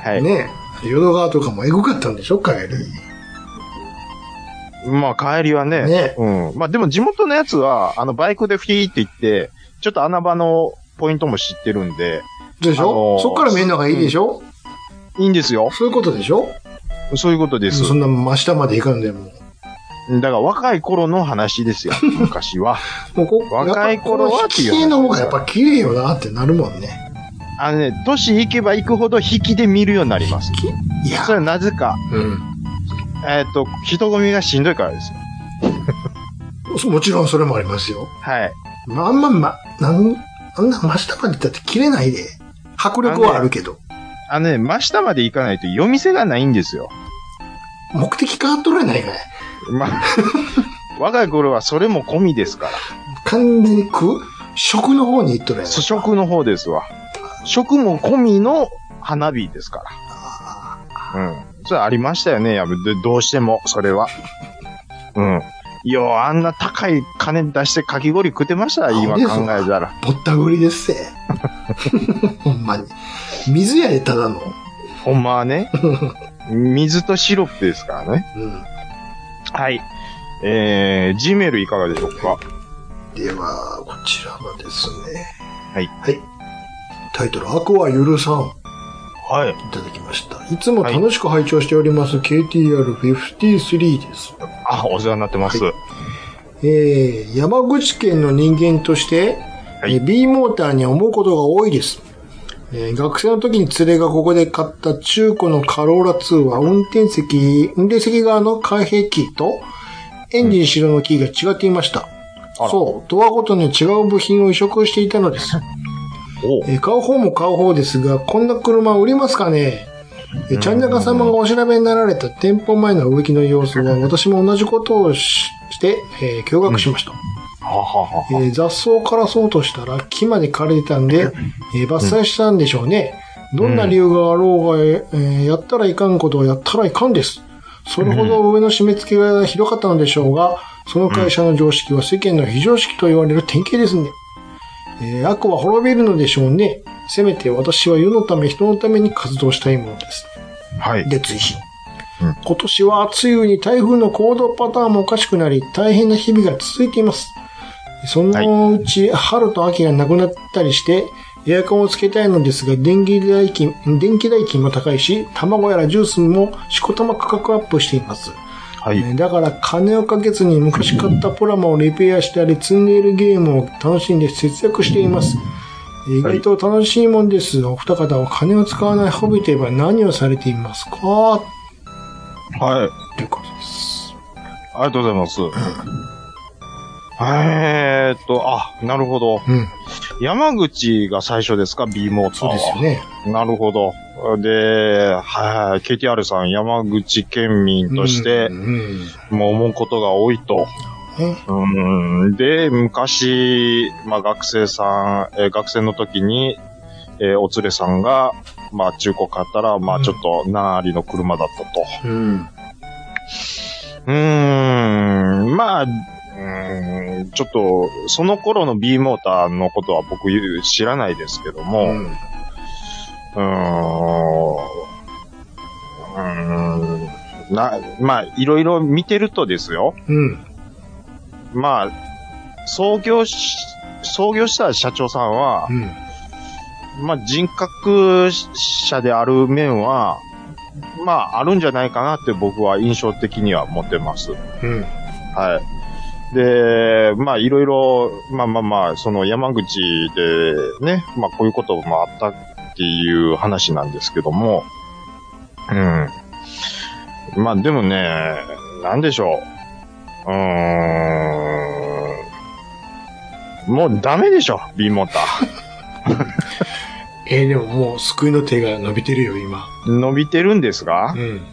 はい。
ねえ、淀川とかもエグかったんでしょ、帰り。
まあ、帰りはね。
ね
うん。まあ、でも地元のやつは、あの、バイクでフィーって行って、ちょっと穴場のポイントも知ってるんで、
でしょ、
あのー
そっから見るのがいいでしょ、
いいんですよ。
そういうことでしょ
そういうことです。
そんな真下まで行かんでも。
だから若い頃の
(laughs)
話ですよ、昔は。
もうこ
若い頃は
やっぱこの引き絵の方がやっぱ綺麗よなってなるもんね。
あのね、年行けば行くほど引きで見るようになります。
いや
そ、れはなぜか、
うん。
えっ、と、人混みがしんどいからですよ。
そもちろんそれもありますよ。
はい。
まあ、あんま、ま、なん、あんな真下まで行ったって切れないで。迫力はあるけど。
あのね、真下まで行かないと夜店がないんですよ。
目的変わっとるやないかい。
まあ、若い頃はそれも込みですから。
完全に食う食の方に行っとるやない
素食の方ですわ。食も込みの花火ですから。うん。それありましたよね、やぶ。でどうしても、それは。うん。いや、あんな高い金出してかき氷食ってました今
そうで
考
すわ
えたら。
ぼったくりですせ。 (laughs) ほんまに。水やで、ただの。
ほんま
(laughs)
はね。水とシロップですからね。
うん。
はい。えー、G メールいかがでしょうか
では、こちらがですね。
はい
はい。タイトル、悪は許さん。
はい。
いただきました。いつも楽しく拝聴しております、KTR53 です。
あ、お世話になってます。
はえー、山口県の人間として、
はい
えー B モーターには思うことが多いです。えー学生の時に連れがここで買った中古のカローラ2は運転席、運転席側の開閉機と、エンジン使用のキーが違っていました。
ら
そう、ドアごとに違う部品を移植していたのです。
おう
えー買う方も買う方ですが、こんな車売れますかねえーちゃんなか様がお調べになられた店舗前の植木の様子は、私も同じことをしして、えー驚愕しました。
はははは。
えー雑草を枯らそうとしたら木まで枯れてたんで、えー伐採したんでしょうね。どんな理由があろうが、えーやったらいかんことはやったらいかんです。それほど上の締め付けがひどかったのでしょうが、その会社の常識は世間の非常識と言われる典型ですね。えー悪は滅びるのでしょうね。せめて私は世のため人のために活動したいものです。
はい。
で、追伸
うん。
今年は暑いように台風の行動パターンもおかしくなり、大変な日々が続いています。そのうち、春と秋がなくなったりして、エアコンをつけたいのですが、電気代金、電気代金も高いし、卵やらジュースもしこたま価格アップしています。
は
え
い。
ーだから金をかけずに昔買ったプラマをリペアしたり積んでいるゲームを楽しんで節約しています。えー
はい
意外と楽しいもんです。お二方は金を使わないホビーといえば何をされていますか
はい。
ということです。
ありがとうございます。えーっと、あ、なるほど。
うん。
山口が最初ですか ?B モーターは。
そうですよね。
なるほど。で、はい、KTR さん、山口県民として
う、んうん
もう思うことが多いと。
ね
うん、で、昔、まあ学生さん、えー学生の時に、えーお連れさんが、まあ中古買ったら、まあちょっと何ありの車だったと。
うん。
うーん、まあ、うーんちょっと、その頃の B モーターのことは僕知らないですけども、
う。
うんーん、うーんな、まあ、いろいろ見てるとですよ、
うん。
まあ、創業し、創業した社長さんは
う、ん。
まあ、人格者である面は、まあ、あるんじゃないかなって僕は印象的には持ってます。
うん。
はい。で、まあいろいろ、まあまあまあ、その山口でね、まあこういうこともあったっていう話なんですけども、うん。まあでもね、なんでしょう。うーん。もうダメでしょ、B モーター。
えーでももう救いの手が伸びてるよ、今。
伸びてるんですが
う、ん。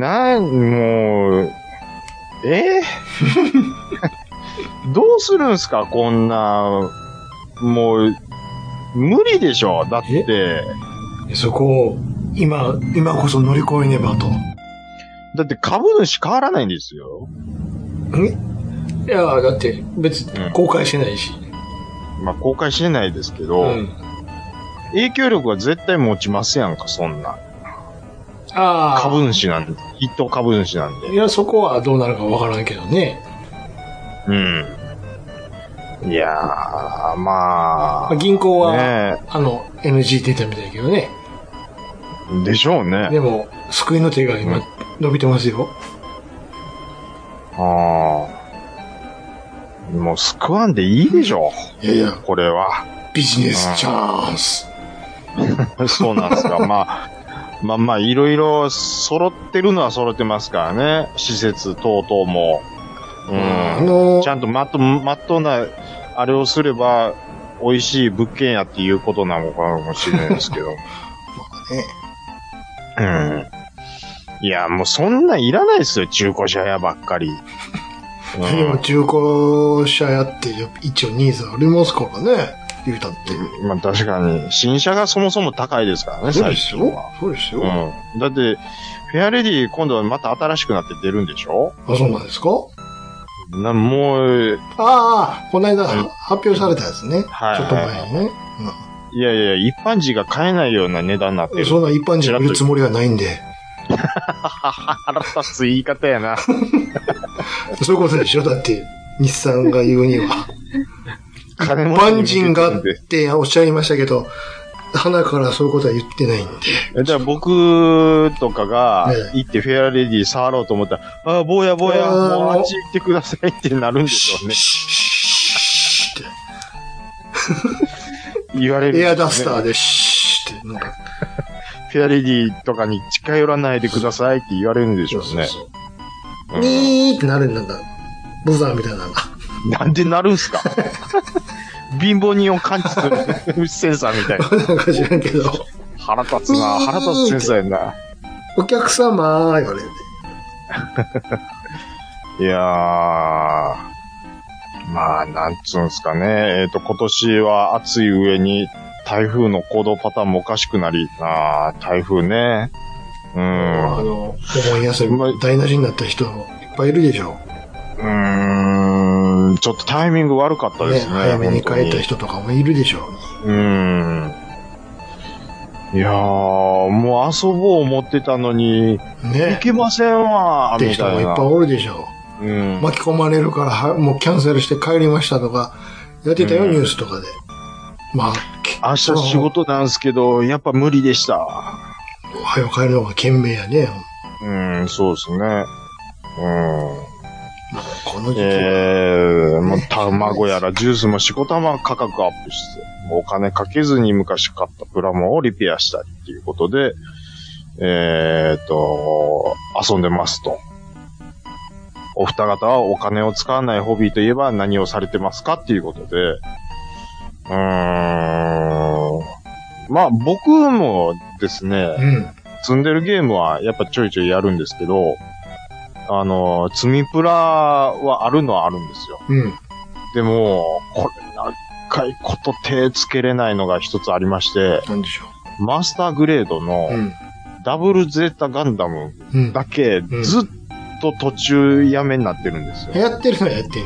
なん、もう、え (laughs) ーどうするんすか、こんな、もう、無理でしょ。だって、
そこを、今、今こそ乗り越えねばと。
だって株主変わらないんですよ。
いや、だって別に公開してないし。
まあ、公開してないですけど、
うん
影響力は絶対持ちますやんか、そんな。
ああ。
株主なんで、一等株主なん
い
で。
や、そこはどうなるかわからんけどね。
うん。いやー、ま
ま
あ
あ、銀行は、
ね
あの、NG 出たみたいだけどね。
えでしょうね。
でも、救いの手が
う
今
ん、
伸びてますよ。
ああ。もう救わんでいいでしょ
いやいや、
これは。 (laughs)
ビジネ
スチ
ャンス。
そうなんですか。まあ、まあまあ、いろいろ揃ってるのは揃ってますからね。施設等々も。
あ
う
の
ん。ちゃんとまっと、まっとうな、あれをすれば、美味しい物件やっていうことなのかもしれないです
(laughs)
けど。うん。いや、もうそんなんいらないですよ。中古車屋ばっかり。うん
でも中古車やって、一応ニーズありますからね。言うたって。
まあ確かに、新車がそもそも高いですからね、
そう
最
です
近
よ
は。。
そうですよ。あ、
うん。だって、フェアレディ今度はまた新しくなって出るんでしょ
そうなんですか
な、もう、
ああ、この間、
はい
発表されたやつね。
はい
ちょっと前にね。
いやいや、一般人が買えないような値段になって
うん
る。
そんな一般人が売るつもりはないんで。
腹立つ言い方や
(laughs)
な。
そういうことでしょだって、日産が言うには。
金
一
持ち
般人がっ
で
ておっしゃいましたけど、花からそういうことは言ってないんで。
えじゃあ僕とかが
え
行ってフェアレディ触ろうと思ったら、ああ、坊や坊や、
あー
もうあっち行ってくださいってなるんでしょうね。
シーっ
言われる、
て。
ね。
エアダスターでシーって。なんか、
フェアレディとかに近寄らないでくださいって言われるんでしょうね。
そう
うん
ウィーってなるんだ。ブザーみたいなのが。
なんでなるんすか貧乏人を感知するセンサーみたいな。
なんか知らんけど。
腹立つな。腹立つセンサーやな。
お客様ー言われて。
いやー、まあ、なんつうんすかね。えっ、と、今年は暑い上に台風の行動パターンもおかしくなり、あー台風ね。う
あ
ん。う
の、思いやすい。台無しになった人、いっぱいいるでしょ。
ーん、ちょっとタイミング悪かったで
ね
すね。
早めに帰っ
本当
た人とかもいるでしょ。
うーん。いやー、もう遊ぼう思ってたのに、行
ね。
けませんわ
っ
ー、
て
み
人
た
もい
い
っぱ
な。
いおるでしょ。
うん。
巻き込まれるからは、もうキャンセルして帰りましたとか、やってたよ、
うん
ニュースとかで。まあ、
明日仕事なんすけど、やっぱ無理でした。
早く帰るのが懸命やね。
うん、そうですね。うん。
まあこの時期は、
ええもう卵やらジュースもしこたま価格アップして、もうお金かけずに昔買ったプラモをリペアしたりっていうことで、えー、っと、遊んでますと。お二方はお金を使わないホビーといえば何をされてますかっていうことで、うーん。まあ僕もですね、
うん。
積んでるゲームはやっぱちょいちょいやるんですけど、あの、積みプラはあるのはあるんですよ。
うん。
でも、これ何回こと手つけれないのが一つありまして、
なんでしょ
マスターグレードの
う。うん。
ダブルゼータガンダム
うん。
だけ
ん
ずっと途中やめになってるんですよ。
やってるのはやってんね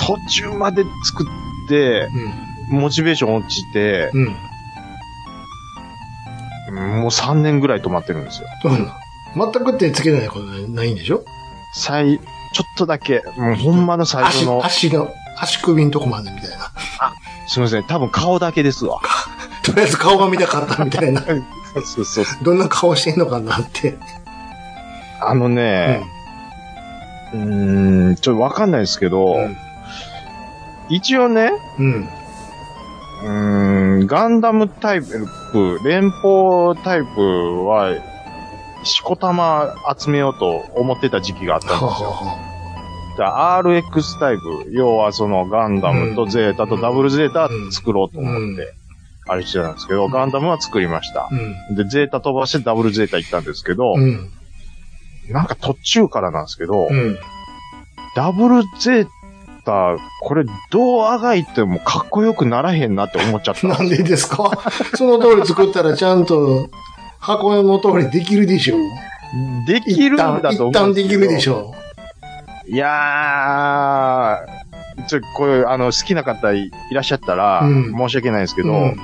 途中まで作って、モチベーション落ち
や。
て、
うん。うん。
もう3年ぐらい止まってるんですよ。
そうなの全く手つけないことないんでしょ
最、ちょっとだけ、もうほんまの最初
足、
の、
足の、足首のとこまでみたいな。
すみません、多分顔だけですわ。
とりあえず顔が見たかったみたいな。
そうそうそう。
どんな顔してんのかなって。
あのね、うーん、ちょっとわかんないですけど、
うん
一応ね、
うん。うん。
うーん、ガンダムタイプ、連邦タイプは、しこたま集めようと思ってた時期があった
は
んです
あ
よ。
は
だ RX タイプ、要はそのガンダムとゼータとダブルゼータ作ろうと思
う
っ
ん
て、あれしてたんですけど、ガンダムは作りました
あ。う
で、ゼータ飛ばしてダブルゼータ行ったんですけど、
ん。うん。
なんか途中からなんですけど、
うん。
ダブルゼータ、これどうあがいてもかっこよくならへんなって思っちゃった。
(laughs) なんでですかその通り作ったらちゃんと箱の通りできるでしょ
できるんだと思う。
一旦できるでし。ょ
いやー、ちょ、こういう、あの、好きな方いいらっしゃったら、
うん
申し訳ないですけ
う
ど、
ん。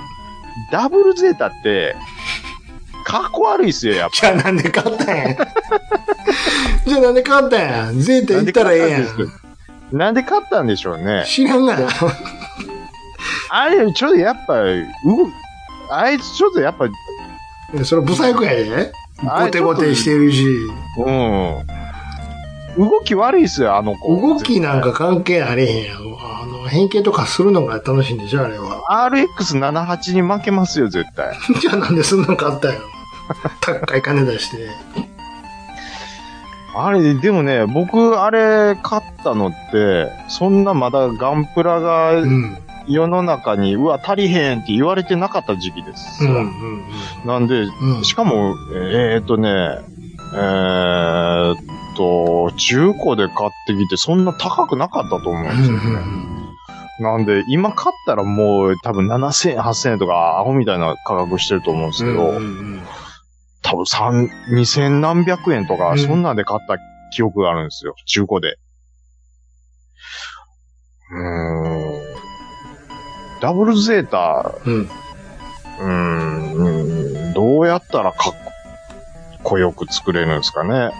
ダブルゼータって、かっこ悪いっすよ、やっ
じゃあなんで買ったんや (laughs) じゃあなんで買ったんやゼータ
ぱ。
行ったらええやん。
なんで勝ったんでしょうね。
知らんがな。 (laughs)
あれ、ちょっとやっぱ、う、あいつちょっとやっぱ、
それ不細工やで。
あ
ゴ
れ
テゴテしてるし。
うん。動き悪いっすよ、あの子。
動きなんか関係あれへんやん。あの、変形とかするのが楽しいんでしょあれは。 (laughs)
RX78 に負けますよ、絶対。
じゃあなんでそんなの買ったんや (laughs) 高い金出して。
あれ、でもね、僕、あれ、買ったのって、そんなまだガンプラ
う
が
ん。
世の中に、うわ、足りへんって言われてなかった時期です。
うん。うん。
なんで、
うん。
しかも、えー、っとね、えー、っと、中古で買ってきて、そんな高くなかったと思うん
う
で
ん。
す
う
よ
んう
ね。
ん。
なんで、今買ったらもう多分7000円、8000円とか、アホみたいな価格してると思うんですけど、
うんうん
多分三、二千何百円と
う
か、
ん
そんなんで買った記憶があるんですよ。中古で。うーん。ダブルゼータ、
(laughs) うん。
うーん、うんどうやったらかっこよく作れるんですかね。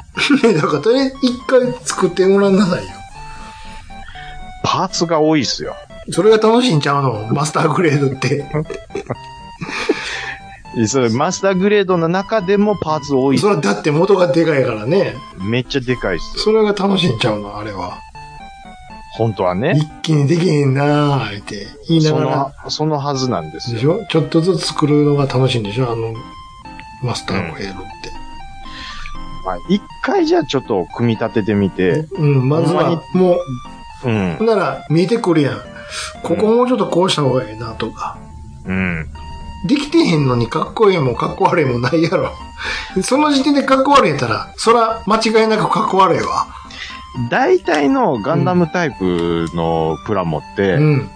うん。だから、とりあえず一回作ってごらんなさいよ。
パーツが多いっすよ。
それが楽しいんちゃうのマスターグレードって。
それマスターグレードの中でもパーツ多いっす
それはだって元がでかいからね。
めっちゃでかいっすよ。
それが楽しいんちゃうのあれは。
本当はね。
一気にできへんなーって言いな
そ
がら。
の、そのはずなんです
で
よ
し。ょちょっとずつ作るのが楽しいんでしょあの、マスターグレードって。
はい。一回じゃあちょっと組み立ててみて、
うん、まず
ほん
は
ま、
もう、
うん
ほ。んなら見えてくるやん。ここもうちょっとこうした方がええなとか。
うん。
できてへんのにかっこええもんかっこ悪いもんないやろ。 (laughs) その時点でかっこ悪いんやったら、そら間違いなくかっこ悪いわ。
大体のガンダムタイプのプラモって、
うん。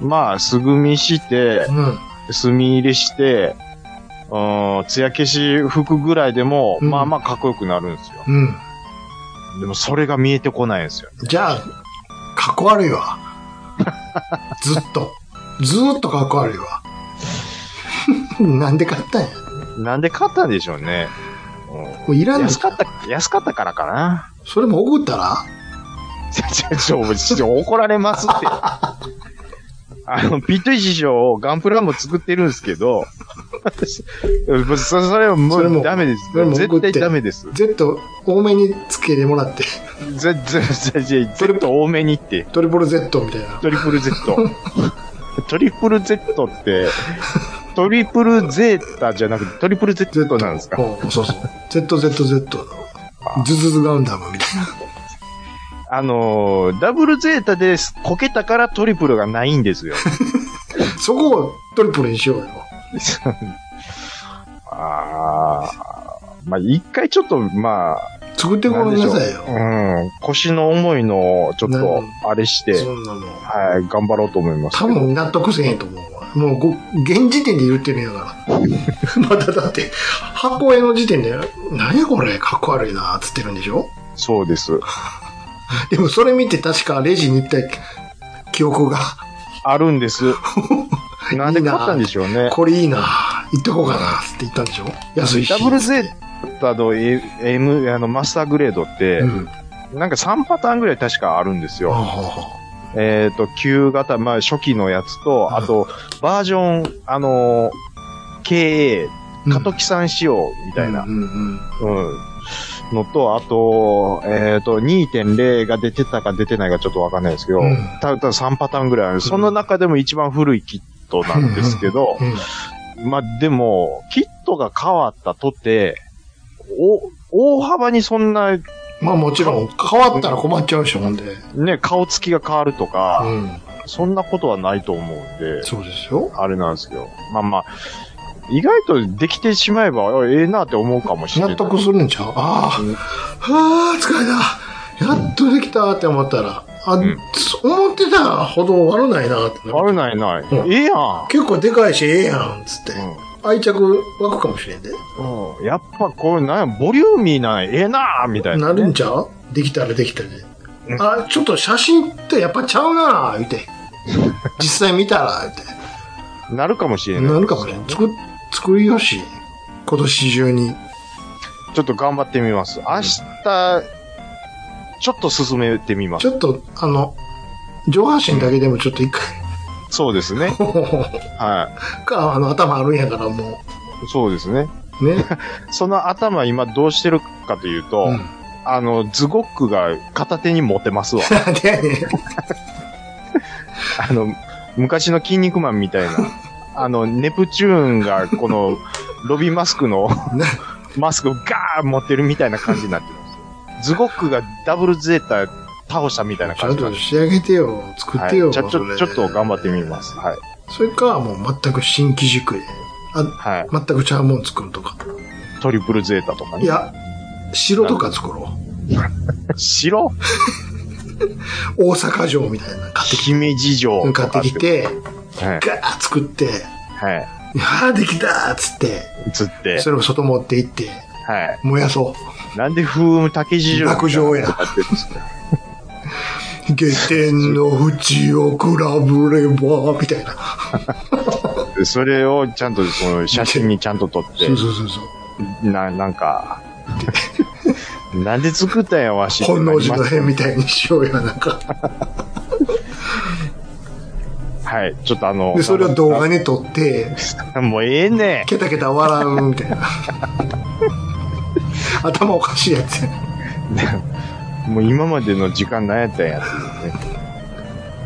まあ、素組みして、
うん。
墨入れして、うん、艶消し服ぐらいでも、
うん
まあまあかっこよくなるんですよ。
うん。
でもそれが見えてこないんですよ。
じゃあ、かっこ悪い
(laughs)
わ。ずっと。ずーっとかっこ悪いわ。 (laughs) なんで買ったんや。
なんで買ったんでしょうね。
もういら
うんん、
の
安かった、安かったからかな。
それも送ったら
ちょ、ちょ、ちょ、怒られます
(laughs)
って。あの、ピットイ師匠、ガンプラも作ってるんですけど、私そそれはも
それも
うダメです
それも。送
絶
って
対ダメです。
?Z 多めにつけてもらって。
ぜ、ぜ、ぜ、ぜ、
それ
ぜっと多めにって。
トリプル Z みたいな。
トリプル Z。ト
(laughs)
リプル Z って、トリプルゼータじゃなくてトリプル Z なんですか
うんそうそう。ZZZ。ズズズガンダムみたいな。
あのーダブルゼータです。こけたからトリプルがないんですよ。
そこをトリプルにしようよ。
あーまあ、一回ちょっと、まあ、
作ってご
な
ら
ん
ん
で
な
しょ
さいよ。
う。うん。腰の重いのを、ちょっと、あれして、
そんなの。
はい、頑張ろうと思います。
多分納得せへんと思うわ。もうご、現時点で言ってるんやから。 (laughs) まだだって、箱絵の時点で、何やこれ、かっこ悪いな、つってるんでしょ
そうです。
でもそれ見て確かレジに行った記憶が、
ある
(laughs)
んです。なんで買ったんでしょうね。
これいいな、行っとこうかな、つって言ったんでしょ安いし。
ダブルゼータの A- M、あの、マスターグレードって
う、ん。
なんか3パターンぐらい確かあるんです
ほう
よ。
ほうほう
えっ、と、旧型、まあ初期のやつと、あと、バージョン、あのー KA、
うん
カトキさん仕様みたいな
う、んうん
うん、のと、あと、えっ、と、2.0が出てたか出てないかちょっとわかんないですけど、
うん
たぶん3パターンぐらいある。その中でも一番古いキットなんですけど
う、ん。
(laughs) まあでも、キットが変わったとて、お、大幅にそんな、
まあもちろん、変わったら困っちゃうでしょ、ほんで。
ね、顔つきが変わるとか、
うん。
そんなことはないと思うんで、
そうですよ。
あれなんですけど。まあまあ、意外とできてしまえば、あええなって思うかもしれな
納
い。
得するんちゃうああ、
うん
はあ、疲れた。やっとできたって思ったら、あ、
ん
思ってたほど悪ないなってなる
悪ないない。
うん
ええやん。
結構でかいし、ええやん、つって。愛着湧くかもしれんで。
うん。やっぱこう、なんや、ボリューミーな、ええなみたいな、
なるん
ね。
ちゃうできたらできたで。
うん
あ、ちょっと写真ってやっぱちゃうな言う (laughs) て。実際見たら、言うて。
なるかもしれない。
なるかもね。作、作りよし。今年中に。
ちょっと頑張ってみます。明日、ちょっと進めてみま
ち
す。
ょっと、あの、上半身だけでもちょっと一回、 (laughs)
そうですね。は
か、あの、頭あるんやからも
い。そうですね。
う。ね。
その頭今どうしてるかというと、
うん。
あの、ズゴックが片手に持てますわ。
なんでやねん。
あの、昔の筋肉マンみた
(laughs)
いな。あの、ネプチューンが、この、ロビーマスクの
な、
マスクをガーン持ってるみたいな感じになってるんですよ。ズゴックがダブルゼータ倒したみたいな
ちゃん
感
と
じ
仕上げてよ。作って
は
よ。
い、じゃあち
それ
ょ、ちょっと頑張ってみます。はい。
それか、もう全く新機軸で。あ、
はい。
全くちゃうもん作るとか。
トリプルゼータとか
い
ね。
や、城とか作ろ
白
う。大阪城みたいなの買ってき
姫路城
て。買ってき。て、
はい。
ガーッ作って、
は
ああ、できたーっつって、
い。つって。
それを外持って行って、
はい。
燃やそ
なんで風竹事情
落城やう。下天の淵を比べれば、みたいな。
それをちゃんと、この写真にちゃんと撮って
そう。そうそうそう。
な、なんか、 (laughs) なんで作ったんや、わし。
本能寺の変みたいにしようよ、なん
(laughs)
か。
はい、ちょっとあの、
で、それを動画に撮って、
(laughs) もうええね
ケタケタ笑うみたいな。 (laughs) 頭おかしいやつ。
ん。もう今までの時間何やったんやっていうね。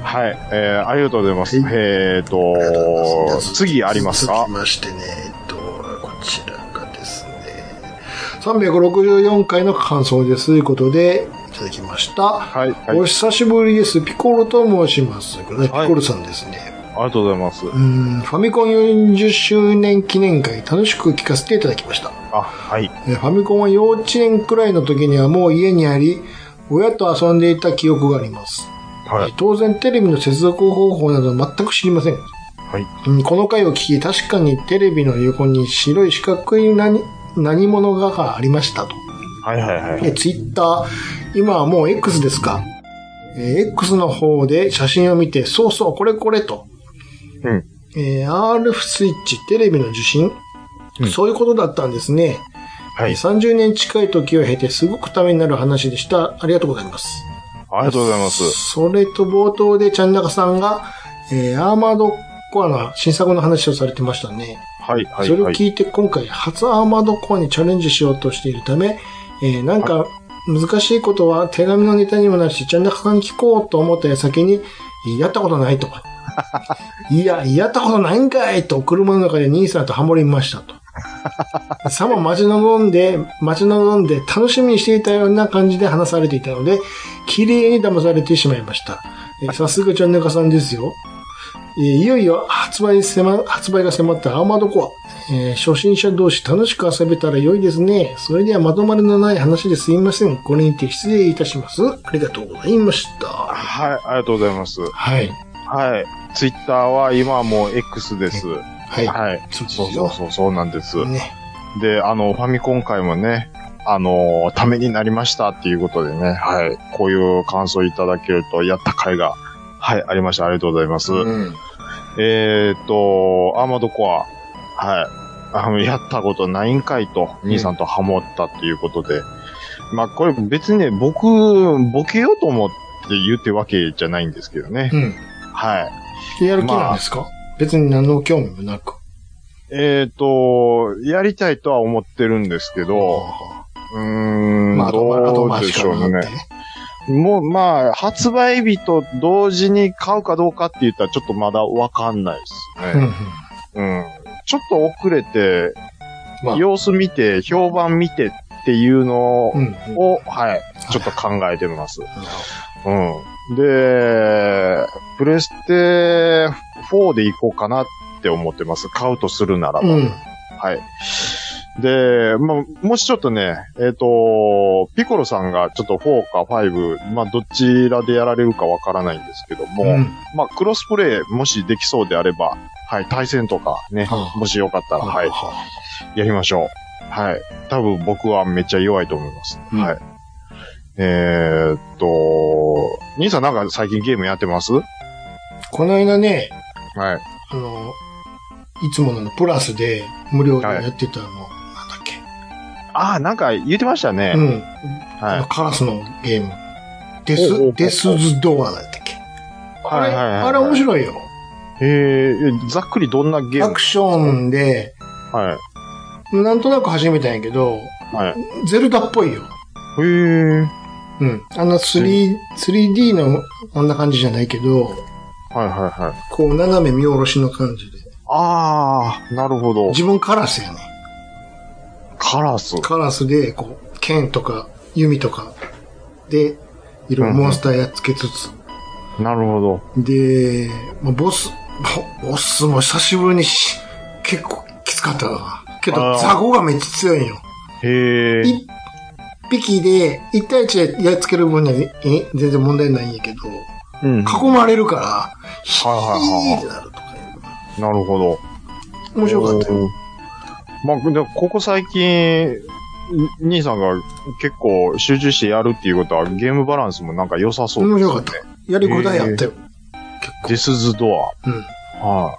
はい、えー、ありがとうございます。
はい
えーと、次ありますか
続きましてね、えっと、こちらがですね、 364回の感想です。ということで、いただきました。
はいはい
お久しぶりです。ピコロと申します。これねピ
はい
コロさんですね。
ありがとうございます。
うん、ファミコン40周年記念会、楽しく聞かせていただきました。
あ、はい。
えーファミコンは幼稚園くらいの時にはもう家にあり、親と遊んでいた記憶があります。
はい。
当然テレビの接続方法など全く知りません。
はい。
うんこの回を聞き、確かにテレビの横に白い四角い何何物ががありましたと。
はいはいはい。
え、ツイッター、今はもう X ですか。えー X の方で写真を見て、そうそう、これこれと。
うん。
えー RF スイッチ、テレビの受信、
うん
そういうことだったんですね。
はい。
30年近い時を経てすごくためになる話でした。ありがとうございます。
ありがとうございます。
それと冒頭でチャンナカさんが、えーアーマードコアの新作の話をされてましたね。
はいはい
それを
はい。
聞いて今回初アーマードコアにチャレンジしようとしているため、えーなんか難しいことは手紙のネタにもなるし、ちゃん中さんに聞こうと思った矢先に、やったことないと
(laughs)
か。いや、やったことないんかいと車の中で兄さんとハモりましたと。
(laughs)
さも待ち望んで、待ち望んで楽しみにしていたような感じで話されていたので、綺麗に騙されてしまいました。え
(laughs)
ーさすがちゃん中さんですよ。えーいよいよ発売迫、発売が迫ったアーマードコア。えー初心者同士楽しく遊べたら良いですね。それではまとまりのない話ですいません。これにて失礼いたします。ありがとうございました。
はい、ありがとうございます。
はい。
はい。ツイッターは今はもう X です。
はい。
はい。
そうです
そ
よ
うそうそう、そうなんです。
ね。
で、あの、ファミコン会もね、あの、ためになりましたっていうことでね、はい。こういう感想いただけると、やった会が、はい、ありました。ありがとうございます。
うん。
えーっと、アーマードコア、はい。あの、やったことないんかいと、兄さんとハモったっていうことで。まあ、これ別にね、僕、ボケようと思って言ってわけじゃないんですけどね。
うん。
はい。
やる気なんですか、別に何の興味もなく。
えっ、と、やりたいとは思ってるんですけど、うーん、
まあ、あと、あと
どう
ま
で
時
しょ
間があ
う
って
ね。もう、まあ、発売日と同時に買うかどうかって言ったらちょっとまだわかんないです
うんう
ね。
ん。
うん、ちょっと遅れて、
まあ、
様子見て、評判見てっていうのを、
うん。うん
はい、ちょっと考えてます。
なる
うん。で、プレステ4で行こうかなって思ってます。買うとするなら
ほ
ば。
どうん。
はい。で、まあ、もしちょっとね、えっ、と、ピコロさんがちょっと4か5、まあ、どちらでやられるかわからないんですけども、
うん
まあ、クロスプレイもしできそうであれば、はい、対戦とかね、
はあ
もしよかったら、はい、
は
やりましょう。はい。多分僕はめっちゃ弱いと思います。
うん
はい。えー、っと、兄さんなんか最近ゲームやってますはい。
あこの間ね、あの、いつものプラスで無料でやってたの、なんだっけ。
ああ、なんか言ってましたね。
うん。あの
は
カラスのゲーム。デ
おうおうおう
ス、デスズドアだったっけ。あ
はい
れ、
はいはいはい
あれ面白いよ。
い。へえ、ざっくりどんなゲー
ア
ム
クションで、
は
なんとなく始めたんやけど、
い。はい。
ゼルダっぽいよ。
へえ。
うん。あの 3D、3D のあんな感じじゃないけど、
はいはいはい。
こう斜め見下ろしの感じで。
ああ、なるほど。
自分カラスやね。
カラス。
カラスで、こう、剣とか弓とかで、いろいろモンスターやっつけつつ。
なるほど。
で、まあ、ボス、 (laughs) ボボスも久しぶりにし、結構きつかったな。けど
あ、ー
ザゴがめっちゃ強いんよ。
へえ。
一匹で、一対一でやっつける分にはねえ全然問題ないんやけど、
うん。
囲まれるから、ヒ
はいはい
ーって
は
なるとかいう。
なるほど。
面白かったよ。
おー。まあ、でここ最近、に兄さんが結構集中してやるっていうことは、ゲームバランスもなんか良さそう
面
です
白
よ
か
ね。
った。やりごたえあったよ。
ディスズド
うん。
ア。はい、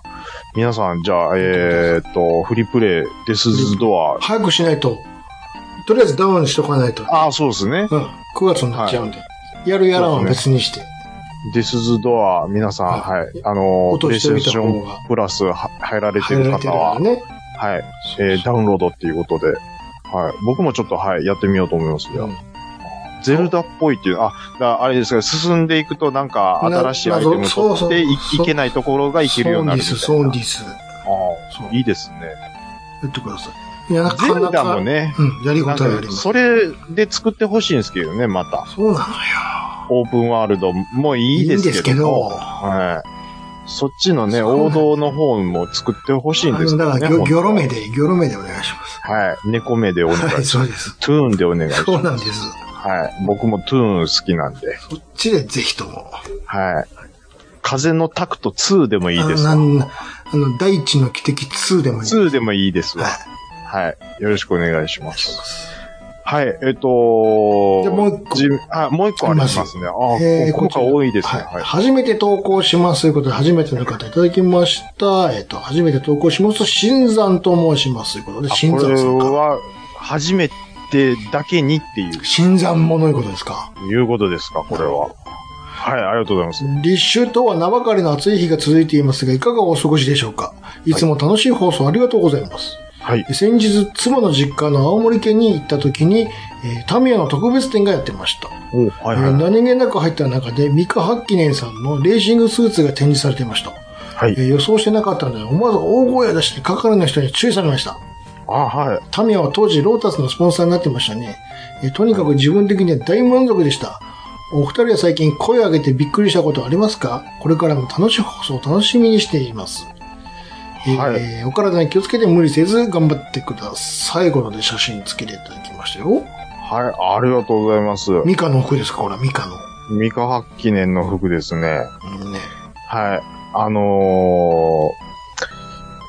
皆さん、じゃあ、えーっと、フリープレイ、デスズドア。
早くしないと、とりあえずダウンしとかないと。
ああ、そうですね。
うん。9月になっちゃうんで。やるやらんは別にして。
デスズドア、皆さん、
は
はい。あのー、
落としてみた方が
プレイステーションプラスは入られて
入
る
られて
方
るから
は、
ね。
はい。えーダウンロードっていうことで、はい。僕もちょっと、はい、やってみようと思いますよ。
うん
ゼルダっぽいっていう、あ、だからあれですが、進んでいくとなんか
な
新しいアイテム
そうそう
取ってい
そう
いけないところがいけるようになるみたいな。
そうです、そうです。
ああ
そう
いいですね。
やってください。いや、な
ゼ
か
ル
な
ダ
か、
もね、
うん、やり
な
ご
ん
たえあり
か
ます。
それで作ってほしいんですけどね、また。
そうなのよ。
オープンワールドもいいです
いいん
けど。
ですけど
はい。そっちのね、
そう
王道の方も作ってほしいんです
あの
けど、ね。
だから、ぎょ、
本
ぎ
当
ょ
は
ろ目。で、ぎょろ目でお願いします。
はい。猫目でお願いしま
はい、
す。
そうです。
トゥーンでお願いします。
そうなんです。
はい。僕もトゥーン好きなんで。
そっちでぜひとも。
はい。風のタクト2でもいいです
あ
わ。
の、なんあの大地の汽笛2でもいい。
2でもいいですわ
はい。。
はい。よろしくお願いしま
お願いし
す
ま。す
はい。えっとー
じゃあもう一個
じあ、もう一個ありますね。あ、
えー
効果多いです
は
ね。
い
はい。
初めて投稿しますということで、初めての方いただきました。えっ、と、初めて投稿しますと、新山と申しますということで、
あ
新
これ
山さんか。
は、初めてだけにっていう、
新山ものいうことですか。
いうことですか、これは。はい、ありがとうございます。
立秋とは名ばかりの暑い日が続いていますが、いかがお過ごしでしょうかいつも楽しい放送ありがとうございます。
はい。
先日、妻の実家の青森県に行った時に、えータミヤの特別展がやってました。
おはい
えー
はい。
何気なく入った中で、ミカ・ハッキネンさんのレーシングスーツが展示されていました。
は
え
い。
ー予想してなかったので、思わず大声を出して係の人に注意されました。
あ、はい。
タミヤは当時ロータスのスポンサーになってましたね。えーとにかく自分的には大満足でした。お二人は最近声を上げてびっくりしたことありますかこれからも楽しい放送を楽しみにしています。えー
はい
えーお体に気をつけて無理せず頑張ってください。こので写真付きでいただきましたよ。
はい、ありがとうございます。
ミカの服ですかほら、ミカの。
ミカハッキネンの服ですね。
うんね。
はい。あの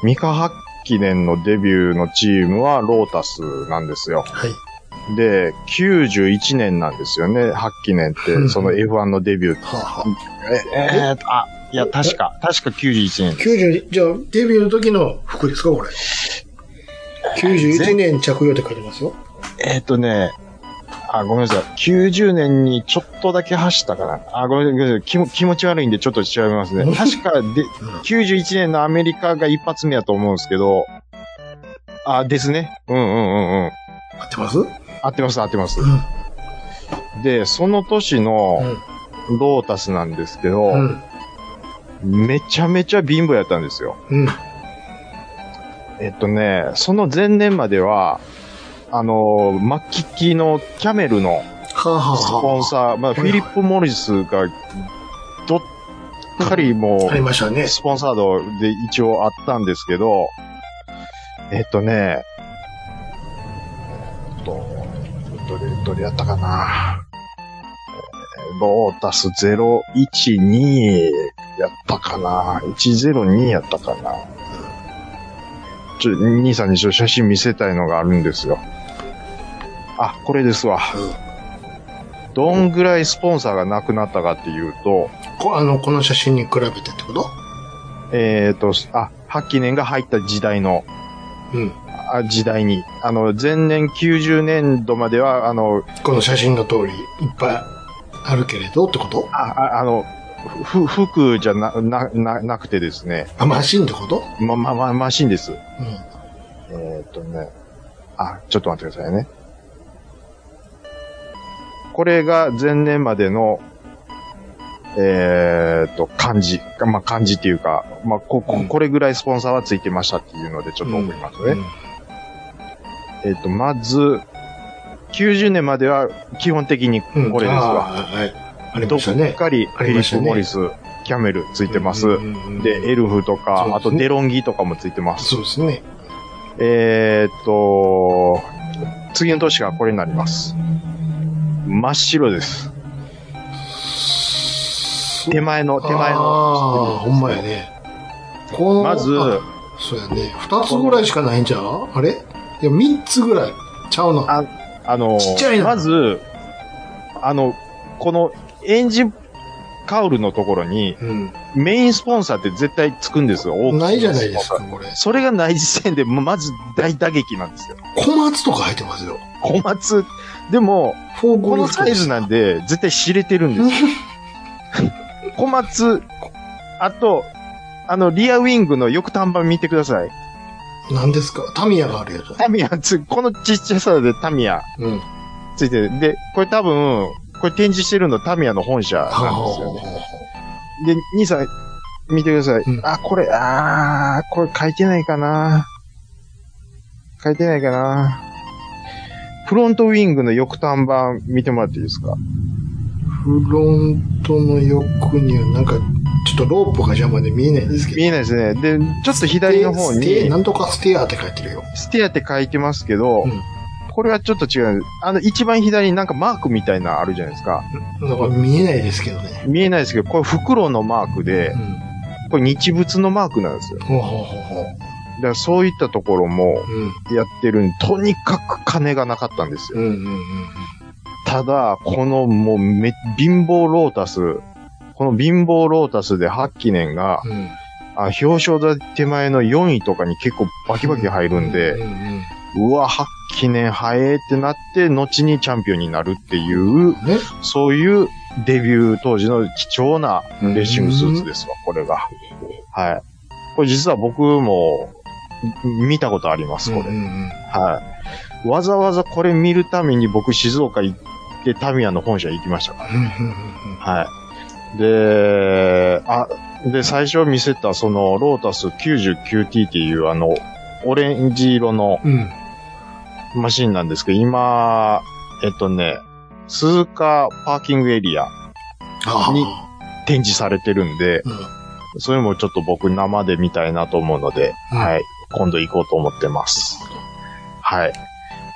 ー、ミカハッキネンのデビューのチームはロータスなんですよ。
はい。
で、91年なんですよね、ハッキネンって、その F1 のデビューって
はあ、はあ。
え、えーとあ、いや、確か、確か91年。
90、じゃあ、デビューの時の服ですかこれ。91年着用って書いてますよ。
えーっ、とね、あ、ごめんなさい。90年にちょっとだけ走ったかな。あ、ごめんなさい。気も気持ち悪いんでちょっと調べます (laughs) ね。確かで、91年のアメリカが一発目やと思うんですけど、あ、ですね。うんうんうんうん。
合ってますうん。
合ってます合ってます。で、その年のロータスなんですけど、
うん。
めちゃめちゃ貧乏やったんですよ。
うん。
えっとね、その前年までは、あの、マッキッキーのキャメルの
はあ、はあ
スポン
は
サー、まあ、
い
フ
はい
ィリップ・モリスが、どっかり
あ、
も
ありましたね
う、。スポンサードで一応あったんですけど、えっとね、えっとどれ、どれやったかな。えーロータス012やったかな。102やったかな。ちょ、兄さんにちょっと写真見せたいのがあるんですよ。あ、これですわ。どんぐらいスポンサーがなくなったかっていうと、
こあの、この写真に比べてってこと
えっ、と、あ、ハッキネンが入った時代の、
うん。
あ時代に、あの、前年90年度までは、あの、
この写真の通り、いっぱいあるけれどってこと
あ、ああの、ふ、服じゃな、な、な、なくてですね、
あ、マシンってこと
ま、ま、ま、マシンです。
うん。
えっ、とね、あ、ちょっと待ってくださいね。これが前年までの、えっ、と、漢字。まあ、漢字っていうか、まあ、こ、ここれぐらいスポンサーはついてましたっていうので、ちょっと送りますね。
うん
えっ、と、まず、90年までは基本的にこ
うん。
れですわ。
あーはい。あり
ど
ました
っ
ね。
かりフ
あ
ィ
り
リ
ました
ップ・
ね
モリス、キャメルついてます。
うんうんうん
で、エルフとか、あ
そ
と
うですね
デロンギとかもついてます。
そうですね。
えーっと、次の年がこれになります。真っ白です。手前の、手
あ
前
あ、
の。
ほんまやね。この、
まず、
あそうやね。二つぐらいしかないんじゃうあれいや、三つぐらい。ちゃうな。
ああの、
ちっちゃいの
まず、あの、このエンジンカウルのところに、
うん。
メインスポンサーって絶対つくんですよ。大き
ないじゃないですか、これ。
それがない時点で、まず大打撃なんですよ。
小松とか入ってますよ。
小松。でも、
フォーク
このサイズなんで、絶対知れてるんで
(laughs)
すよ。小松、あと、あの、リアウィングのく短板見てください。
なんですかタミヤがあるやつ。
タミヤつ、このちっちゃさでタミヤ
うん。
ついてる。で、これ多分、これ展示してるのタミヤの本社なんですよね。で、兄さん、見てください。
うん
あ、これ、あー、これ書いてないかな。書いてないかな。フロントウィングの翼端版見てもらっていいですか
フロントの横にはなんか、ちょっとロープが邪魔で見えないんですけど。
見えないですね。で、ちょっと左の方
ステ
に
な、んとかステアって書いてるよ。
ステアって書いてますけど、
うん
これはちょっと違う。あの、一番左になんかマークみたいなのあるじゃないですか。
なんか見えないですけどね。
見えないですけど、これ袋のマークで
う、ん。
これ日物のマークなんですよ。
ほうほうほうほう。
だからそういったところも
う
やってるんでとにかく金がなかったんですよ。
ん。うんうんうん。
ただ、このもうめ、貧乏ロータス、この貧乏ロータスで8記念が、
うん。
あ表彰台手前の4位とかに結構バキバキ入るんで、
うんうんね。
うわ、8記念早えってなって、後にチャンピオンになるっていう、そういうデビュー当時の貴重なレーシングスーツですわ、これが。はい。これ実は僕も見たことあります、これ。
うんうん
はい。わざわざこれ見るために僕静岡行ってタミヤの本社行きましたから。はい。で、あ、で、最初見せたそのロータス 99T っていうあの、オレンジ色の
うん。うん。
マシンなんですけど、今、えっとね、鈴鹿パーキングエリア
ああ。
に展示されてるんで、
うん
それもちょっと僕生で見たいなと思うので、
うん
はい。今度行こうと思ってます。はい。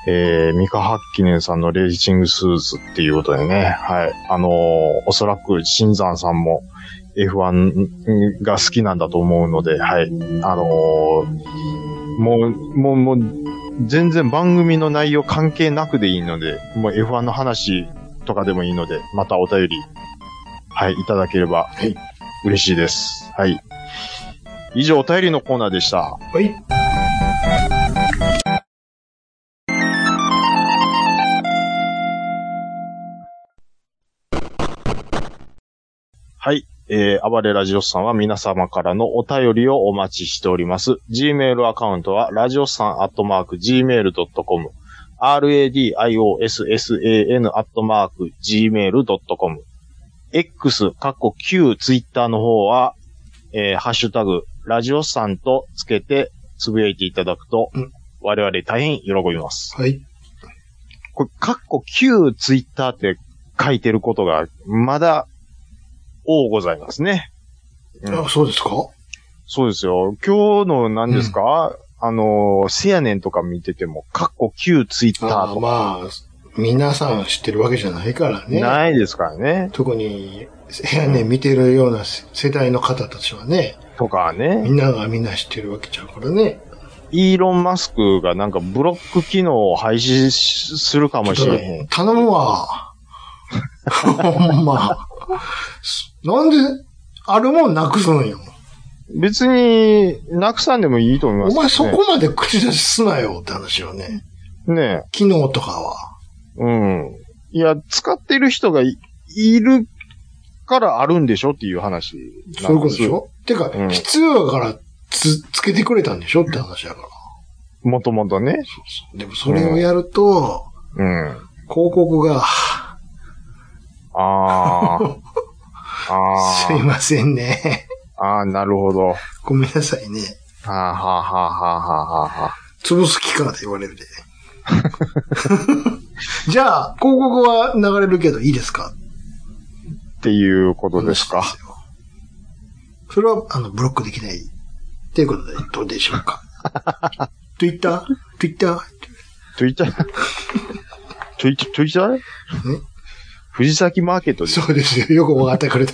えー、ミカハッキネンさんのレーシングスーツっていうことでね、はい。あのーおそらく、新山さんも F1 が好きなんだと思うので、はい。あのーもう、もう、もう、全然番組の内容関係なくでいいので、もう F1 の話とかでもいいので、またお便り、はい、いただければ
はい、
嬉しいです。はい。以上、お便りのコーナーでした。
はい。
はい。えー、暴れラジオスさんは皆様からのお便りをお待ちしております。Gmail アカウントは、ラジオスさんアットマーク Gmail.com、radiossan アットマーク Gmail.com、X、カッコ Q、Twitter の方は、えー、ハッシュタグ、ラジオスさんとつけて、つぶやいていただくと、
うん
我々大変喜びます。
はい。
これ、カッコ Q ツイッターって書いてることが、まだ、多ございますね。うん
あ、そうですか
そうですよ。今日の何ですか、あのー、せやねんとか見てても、カッコ Q ツイッタ
あ
ー
あ
と
ま
か、
あ、皆さん知ってるわけじゃないからね。
ないですからね。
特に、やね、見てるような世代の方たちはね、
とか
み
ね。
んながみんな知ってるわけちゃうからね。
イーロン・マスクがなんかブロック機能を廃止するかもしれへん。
頼む
(laughs)
わ。ほんま。なんで、あるもんなくすんよ。
別に、なくさんでもいいと思いま
お
す、
前そ
ね。
こまで口出しすなよって話よね。
ね
機能とかは。
うん。いや、使ってる人がいいるからあるんでしょっていう話なんです。
そういうことでしょてか、
うん
必要だからつ、つけてくれたんでしょって話だから。
もともとね。
でもそれをやると、
うん。
広告が、
あ
(laughs)
ーあ
すいませんね。 (laughs)
ー。ああ、なるほど。は
ごめんなさいね。
あ、はあはあはあはあはあ、
潰す気かって言われ
(laughs)
るで。じゃあ、広告は流れるけどいいですか
っていうことですか。
(laughs) それは、あの、ブロックできない。っていうことで、どうでしょう
(laughs)
か ?Twitter?Twitter?
と言ったら、と言った、と言ったら藤崎マーケットです。
そうですよ。よく分かってくれた。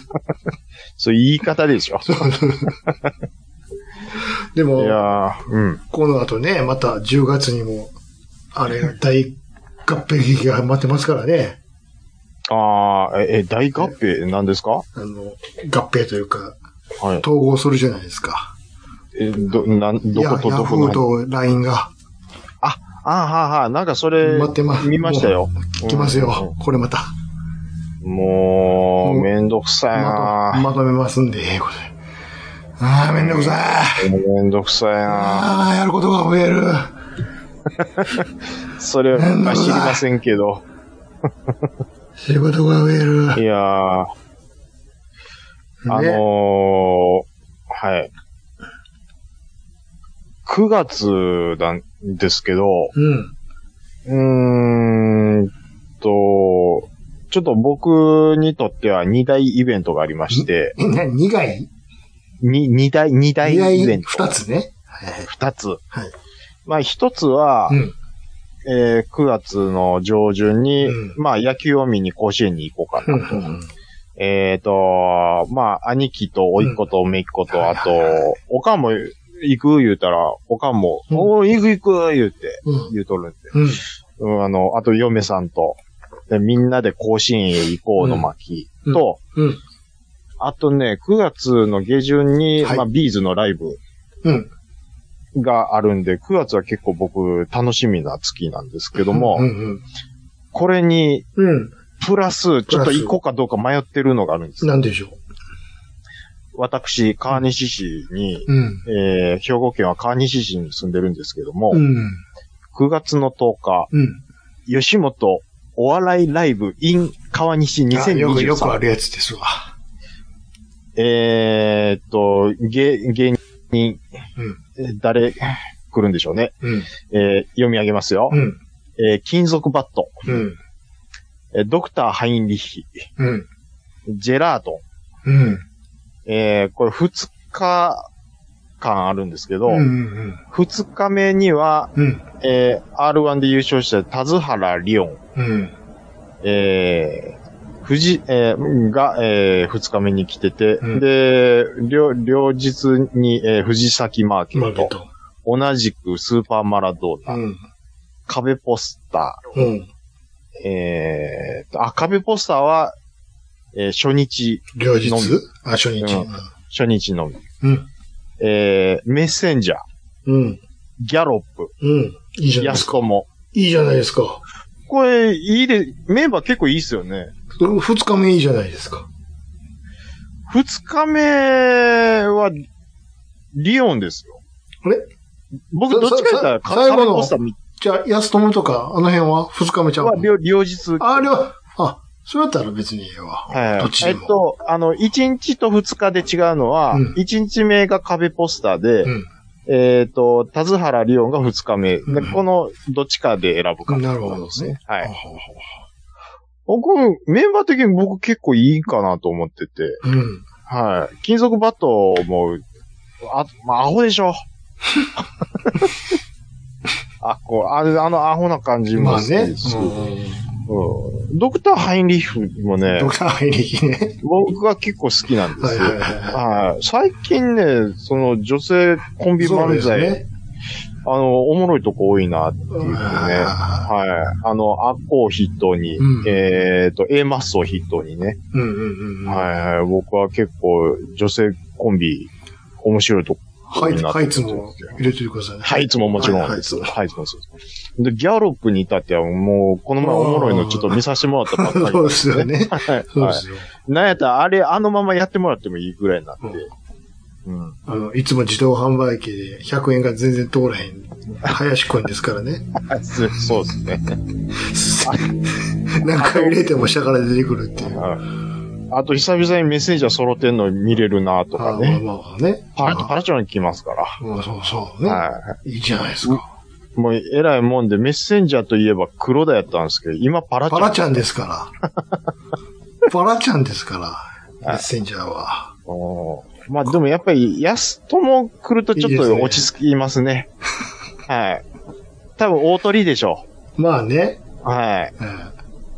そういう言い方でしょ。
そうそうで
い
も、
やー、うん。
この後ね、また10月にも、あれ、大合併劇が待ってますからね。
ああ、え、え大合併なんですか
あの、合併というか、
はい。
統合するじゃないですか。
え、ど、なん、ど
ヤヤ
ことどこ
フ
の
ーと LINE が
あーはーはー、なんかそれ、
待ってます。
見ましたよ。
もう来ます
うん
よ。これまた。
も
も
う、
う
めんどくさ
まと
いな
まとめますんで、これ。ああ、めんどくさい。
めんどくさいな
ああ、やることが増える。
それ
めんど
は
くさい
知りませんけど。
仕事が増える。
い
ね、
やー、あのー、はい。9月だ、んですけど、
うん。
うーんと、ちょっと僕にとっては2大イベントがありまして、
え、な、2害
に2大、二
?2
大イベ
害
ント。
2つね。はいはい。
二つ。
はい
まあ一つは、
うん
えー9月の上旬に、
うん
まあ野球を見に甲子園に行こうか
う
な。
んうんうん。
えっ、と、まあ兄貴と甥っ子と姪っ子と、
うん
あと、
はいはいは
おかんも行く言うたら、おかんも、
うん
おー行く行く言うて、
うん。
言うとるんで。
うん。
うん、あの、あと嫁さんと、でみんなで甲子園へ行こうの巻と、
うんうん
あとね、9月の下旬に、
はい
まあビーズのライブ
うん。
があるんで、9月は結構僕楽しみな月なんですけども、
うんうん。
これに、
うん。
プラス、ちょ
プラ
っと
ス
行こうかどうか迷ってるのがあるんです。
なんでしょ
私、川西市
う。
に、
うん。
えー、兵庫県は川西市に住んでるんですけども、
うん。
9月の10日、
うん。
吉本お笑いライブ in 川西
あよく、よく
2023。
あるやつですわ。
えー、っと、芸、芸人、えー誰来るんでしょうね。
うん。
えー、読み上げますよ。
うん。
えー、金属バット、
うん。
えードクターハインリッヒ、
うん。
ジェラート
うん。
えー、これ2日間あるんですけど、
うん。うん。
2日目には、
うん。
えー、R1 で優勝した田津原リオン、
うん。
えー、富士、えー、が、えー、2日目に来てて、
うん
で、両、両日に、えー、藤崎マーケ
マ
ッ
ーケッ
ト、
ト。
同じくスーパーマラドー
う
ナ、
ん。
壁ポスタ
うん。
ー、えーと、あ、壁ポスターは、えー、初日、
両日
のみ
あ、初日。
初日のみ。
うん。
えー、メッセンジャー、
うん。
ギャロップ、
うん。いいじゃない
ヤ
で
ス
すか。
コも。
いいじゃないですか。
これ、いいで、メンバー結構いいっすよね。
二日目いいじゃないですか。
二日目は、リオンですよ。
あれ
僕、
さ
どっちか言ったら、
さ最後の
カレーポスター見
じゃあ、安友とか、あの辺は二日目ちゃう
は両両日。
あ、両、あ、それだったら別にええわ。
はい
どっち
え
で
っ
も。
と、あの、一日と二日で違うのは
うん、
一、日目が壁ポスターで、
うん
えっ、と、田津原リオンが二日目、で
うん
この、どっちかで選ぶか。
なるほどですね。
は
ほう
い。
ほうほ
僕、メンバー的に僕結構いいかなと思ってて、
ううん。
はい。金属バットも、あ、まあ、アホで
(laughs)
しょ。あ、こう、あれあの、アホな感じ
ま
も好
あ
き
ね。う
で
ん
すし、うんドクター・ハインリヒもね
ド、クター入りね。
僕は結構好きなんで
は
す
い
よ。
はいは
はい。最近ね、その女性コン
い。
ビ漫
そう
才、
ですね。
あの、おもろいとこ多いなっていうね。
あ
はい。あの、アッコを筆頭に、
うん
えっと、A マッソを筆頭にね、
ーうんうんうん。
はいはい、僕は結構女性コンビ、面白いとこ。
ハイツ、ハイツ
なっ
も
てる
入れてくださいね。
はい、いつももちろん。
はい
は、
はいい
いつも。はい、いつもそうです。で、ギャロップに至ってはもう、この前おもろいのちょっと見させてもらったばっかり。
(laughs) そうですよね。
はい。
そうで
はい
すよ。
なんやったら、あれ、あのままやってもらってもいいぐらいになって。うん。
あの、いつも自動販売機で100円が全然通らへん。林くんですから
(laughs)
ね。
はいそそうですね。
何回入れても下から出てくるっていう。
はいあと、久々にメッセンジャー揃ってんの見れるなと
あ
か
あまあ
ね。
まあまあね。
パラ、パラチョンに来ますから。
まあそうそうね。
はい。
いいじゃないですか。
もう、えらいもんで、メッセンジャーといえば黒田やったんですけど、今パラチョ
パ
ン。
ラちゃんです
(laughs)
から。パラちゃんですから。メッセンジャーは。
おーまあでもやっぱり、安友来るとちょっと落ち着きますね。はい。多分大鳥でしょ
まあね。
う。はい。
うん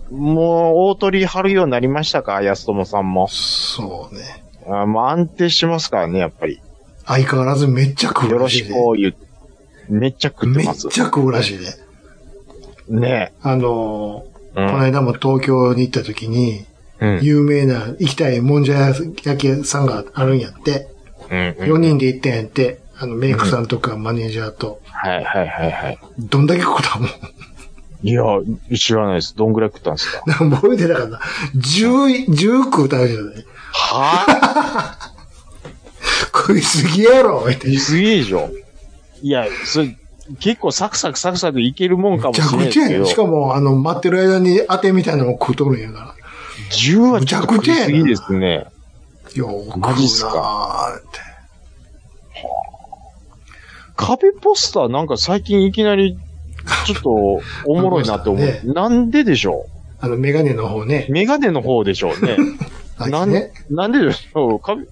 もう大鳥張るようになりましたか安友さんも。
そうね。
あもう安定してますからね、やっぱり。
相変わらずめっちゃ食
よ
う
ろ
らし
し
い
く
で。
を言う。めっちゃ食って
め
ま
っ
す。
ちゃ食うらしいで。
ね
あのー、
え。うん
この間も東京に行った時に、
うん。
有名な行きたいもんじゃ焼き屋さんがあるんやって、
うん。
4人で行ったんやって、あの、メイクさんとかマネージャーと、
はいはいはいはい。
どんだけ食ったもん。
いや、知らないです。どんぐらい食ったんですか
なんか覚えてなかった。10、10食うたわけじゃない。
はぁ
食いすぎやろみたいな。
すげえでしょ。いや、それ、結構サクサクサクサクいけるもんか
むち
もし
ゃ
れな
く
いで
ちゃ
すけ
や
ど
ん。し。かも、あの、待ってる間に当てみたいなのも食うとるんやから。
10はちょっと食いすぎですね。
よーく
マジっす
食うなーって。
壁ポスターなんか最近いきなり、ちょっと、おもろいなって思う。
ね
なんででしょ
あの、メガネの方ね
う。メガネの方でしょうね。
あいつ
なん
ね。
なんででしょう壁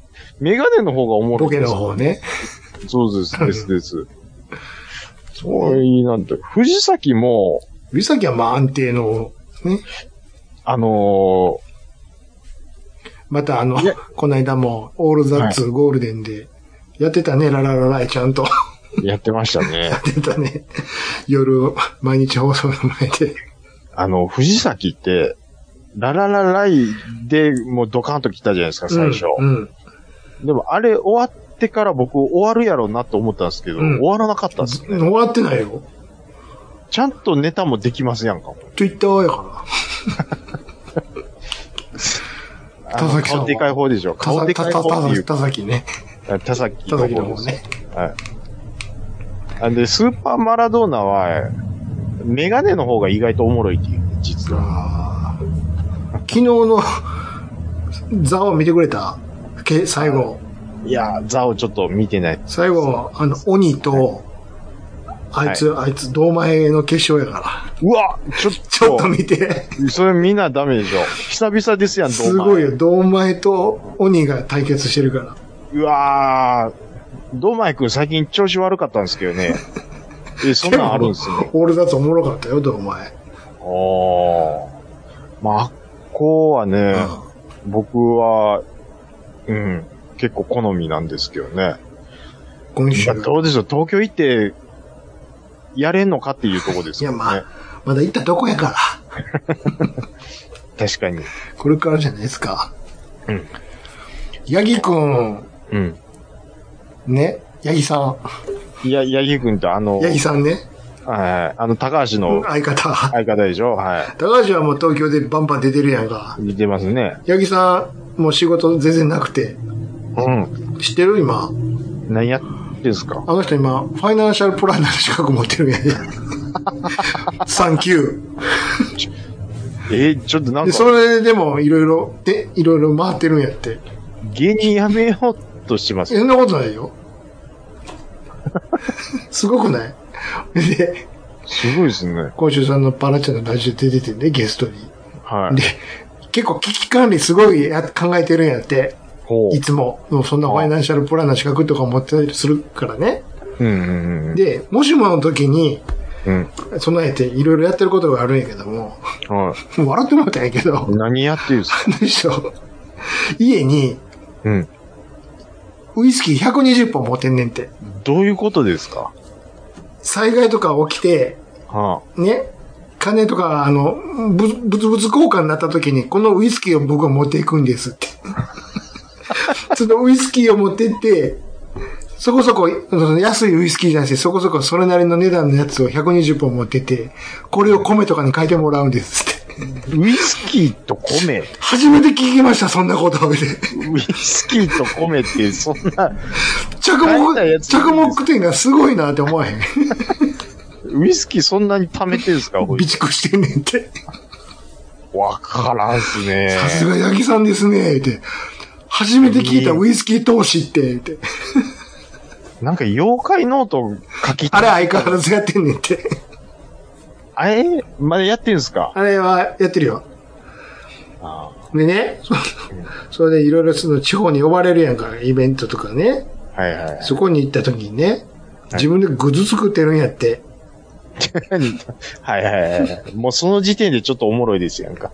メガネの方がおもろ
ボ
い
ケ
で
の
す。
方ね。
そうです、です、です。
そ
お
う。
い、なんて。藤崎も、
指先はまあ安定の、ね。
あの
またあの
いや、
この間も、オールザッツゴールデンで、やってたね、ラララライ、ちゃんと。 (laughs)
ーやってましたね。
やってたね。夜、毎日放送の前で。
あの、藤崎って、ラララライでもうドカンと来たじゃないですか、最初。
うん。うん
でもあれ終わってから僕終わるやろうなと思ったんですけど、
うん
終わらなかったんですね。
終わってないよ。
ちゃんとネタもできますやんか。
ツイッターやから。
あ
田
の
崎さんは
顔でかい方でしょ。
た
顔
さ
で
た
かい
た
方っていう
た
か、
たさきね。
あ田崎
た
の
さきの
方で
方
す。
ね。
あで、スーパーマラドーナは、メガネの方が意外とおもろいっていう、実は。
あー昨日の座を見てくれたけ最後。
いや、ザをちょっと見てない。
最後、あの、鬼と、あいつ、あいつ、堂前の決勝やから。
うわちょっと、
ちょっと見て。
それみんなダメでしょ。久々ですやん、
す
堂前
ごいよ。堂前と鬼が対決してるから。
うわー、ドマイ君最近調子悪かったんですけどね。え、そんなんあるんですね。
オールザッツおもろかったよ、堂前。
おー。まあ、あっこはね、僕は、うん、結構好みなんですけどね。
うん。今週
まあ。どうでしょう、東京行って、やれんのかっていうとこです
い
よ
や、
ね。
まあ、まだ行ったとこやから。
確かに。
これからじゃないですか。
うん。
ヤギくん、
うん。
ね。ヤギさん。
いや、八木君とあの、
ヤギさんね。
はい、あの、高橋の
相方。
相方でしょは
高橋はもう東京でバンバン出てるやんか
い。。似てますね。
ヤギさん、もう仕事全然なくて。
うん。
知ってる今。
何やってんですか
あの人今、ファイナンシャルプランナーの資格持ってる
(laughs)
やん。サンキュー。
えーちょっとなん
で、
か。
それでもいろいろ、で、いろいろ回ってるんやって。
芸人やめようとしてます。
そんなことないよ。すごくないで、
すごいですね。
今週さんのパラちゃんのラジオ出ててね、ゲストに。
はい
で。、結構危機管理すごいや考えてるんやって。
ほ
いつも。もうそんなファイナンシャルプランナー資格とか持ってたりするからね。
う。うんうんうん。
で、もしもの時に、
うん。
備えていろいろやってることがあるんやけども、
は
もう笑ってもらったんやけど
い。、何やってるんですか
あの人、家に
うん。
ウイスキー120本持ってんねんって。
どういうことですか
災害とか起きて、
は
ね、金とか、あの、ぶ、ぶつぶつ交換になった時に、このウイスキーを僕は持っていくんです (laughs) って。そのウイスキーを持ってって、そこそこ、その安いウイスキーじゃなくて、そこそこそれなりの値段のやつを120本持ってって、これを米とかに変えてもらうんですって。
あウイスキーと米。
初めて聞きました、そんなこと。みたいな
ウイスキーと米って、そんな、
着
変えたや
目、
つ
着目点がすごいなって思わへん。
ウイスキーそんなに貯めてるんですかほい
備蓄してんねんって。
わからんっすね。
さすが八木さんですね、って。初めて聞いたウイスキー投資って、って。
なんか妖怪ノート書き
あれ相変わらずやってんねんって。
あれまだやってるんですか
あれはやってるよ。
あ
でね、そそれでいろいろその地方に呼ばれるやんか、イベントとかね。
ーはいはい。
そこに行った時にね、自分でグズ作ってるんやって。
はいはいはい。もうその時点でちょっとおもろいですやんか。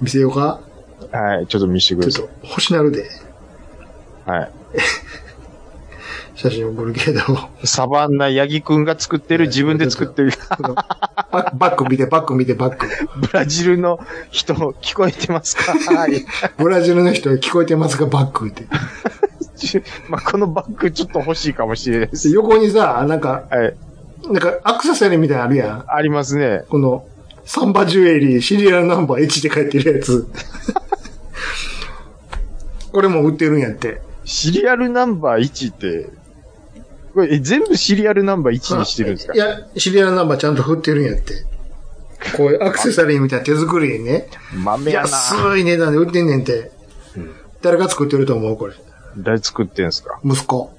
見せようか
はい、ちょっと見せてくだ
ちょ
さ
っと欲しなるで、
い。はい。
写真送るけ (laughs) ど。
サバンナ、ヤギくんが作ってる、自分で作ってる、
このババック見て、バック見て、バック。
ブラジルの人、聞こえてます (laughs) かはい。
ブラジルの人聞こえてますかバックって。
(laughs) まあ、このバッグちょっと欲しいかもしれないです。
で横にさ、なんか、
はい。
なんかアクセサリーみたいなのあるやん。
ありますね。
この、サンバジュエリー、シリアルナンバー H って書いてるやつ。 (laughs) これも売ってるんやって。
シリアルナンバー1って、これ、え全部シリアルナンバー1にしてるんですか
いや、シリアルナンバーちゃんと振ってるんやって。こういうアクセサリーみたいな手作りにね、
豆やな
安い値段で売ってんねんて。誰が作ってると思うこれ。
誰作ってんすか
息子。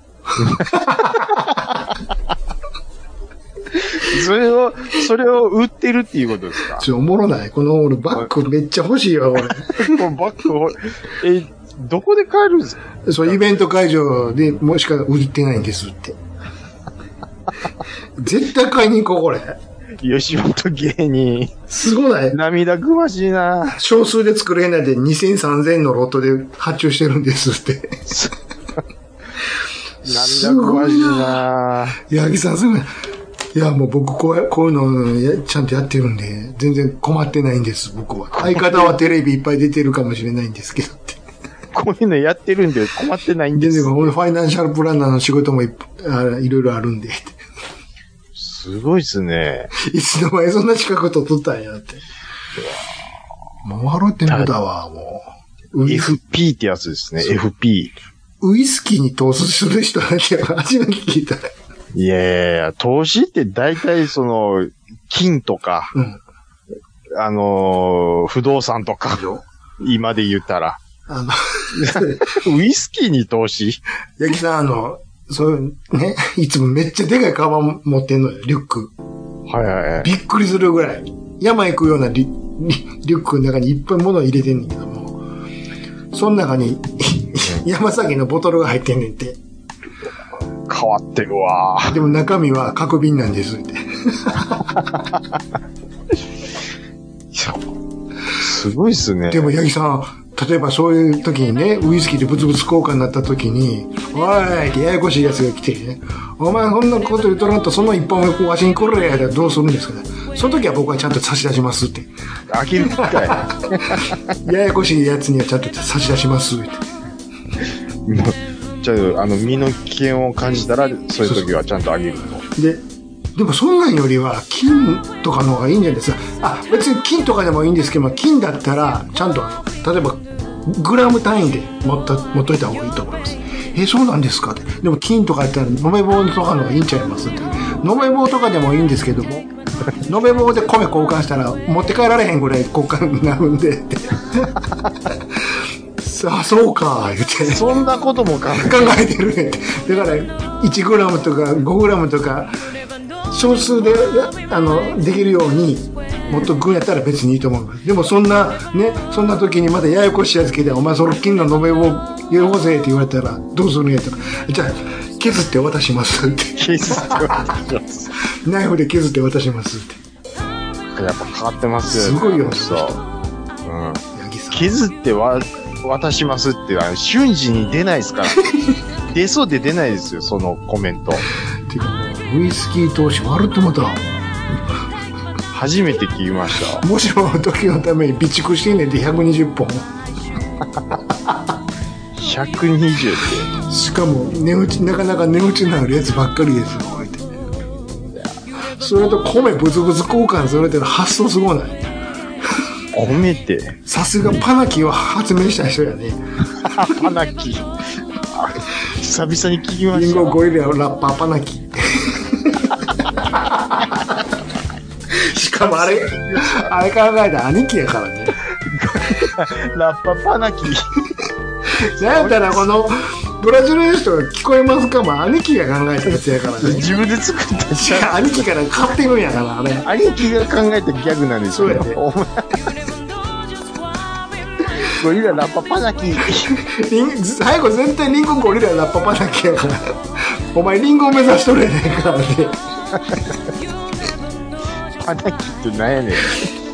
それを、それを売ってるっていうことです (laughs) か
ちょ、おもろない。この俺、バッグめっちゃ欲しいわ、俺。
(laughs) このバッグを、え、どこで買えるんですか
そう、イベント会場でもしか売ってないんですって。絶対買いに行こう、これ。
吉本芸人。
すごない
涙ぐましいな
少数で作れないで2000、3000のロットで発注してるんですって。
涙ぐましいな
(laughs) 八木さんすごい。いや、もう僕こうや、こういうのやちゃんとやってるんで、全然困ってないんです、僕は。相方はテレビいっぱい出てるかもしれないんですけどって。
こういうのやってるんで困ってないんで
全
す
然、。俺ファイナンシャルプランナーの仕事もいっぱいあいろいろあるんでって。
すごいですね。
いつの間にそんな資格と取ったんやって。もう笑ってもだわ、もう。ウイス
FP ってやつですね。FP。
ウイスキーに投資する人なんて初めて聞いた。
いやいや、投資って大体その、金とか、
うん。
あのー不動産とか、今で言ったら。
あの、 (laughs)
ウイスキーに投資
ヤギさん、あの、そういう、ね、いつもめっちゃでかいカバン持ってんのよ、リュック。
はいはいはい。
びっくりするぐらい。山行くようなリ (laughs) リリュックの中にいっぱい物を入れてんねんけども、その中に (laughs) 山崎のボトルが入ってんねんって。
変わってるわ
でも中身は角瓶なんですって。
すごいっすね。
でも八木さん、例えばそういう時にね、ウイスキーでブツブツ交換になった時に、おいってややこしいやつが来てね、お前こんなこと言うとらんとその一本をこうわしに来れやったらどうするんですかね。その時は僕はちゃんと差し出しますって。
飽きる機会。
ややこしいやつにはちゃんと差し出しますって。
もうちょっと、あの、身の危険を感じたら、そういう時はちゃんとあげると。
で、でもそんなんよりは金とかの方がいいんじゃないですか。あ、別に金とかでもいいんですけども、金だったらちゃんとあの、例えばグラム単位で持った、持っといた方がいいと思います。え、そうなんですかって。でも金とかやったら飲め棒とかの方がいいんちゃいますって。飲め棒とかでもいいんですけども、飲め棒で米交換したら持って帰られへんぐらい交換になるんでって。 (laughs) さあ、そうか、言って。
そんなことも考
考
(laughs)
えてるねだから1グラムとか5グラムとか少数であのできるようにもっとグーやったら別にいいと思うでもそんなねそんな時にまたややこしいやつ聞いて「お前その金の延べ棒よこせ」って言われたらどうするんやったら「じゃあ削って渡します」って
えてます。
「ナイフで削って渡します」って
やっぱ変わってますよね。
すごいよ
そう。うん。
八木さん
削ってわ渡しますっていうのは、瞬時に出ないで
(laughs)
すから。出そうで出ないですよ、そのコメント。
っていうかもうウイスキー投資悪ってもうたわ
初めて聞きました。
もしもの時のために備蓄してんねんって120本
120って。
しかも値打ちなかなか値打ちのあるやつばっかりですよこうやってそれと米ブツブツ交換するっていうのは発想すごない
米って。
さすがパナキを発明した人やね
パナキ。久々に聞きま
リン
し
ゴ
た。
ゴリララッパー (laughs) パナキしかもあれあれ考えた兄貴やからね
ラッパパナキ。
なんやったらこのブラジルの人が聞こえますかも兄貴が考えたやつやからね
自分で作った
(laughs) い
じゃん。
や兄貴から買ってるんやからあれ
兄貴が考えたギャグなんです
そう
よ。
やね
お前。ゴリララッパパナキ。
リン最後絶対リンゴゴリララッパパだけやからお前リンゴを目指しとるやねんからね
パナキってなんやねん。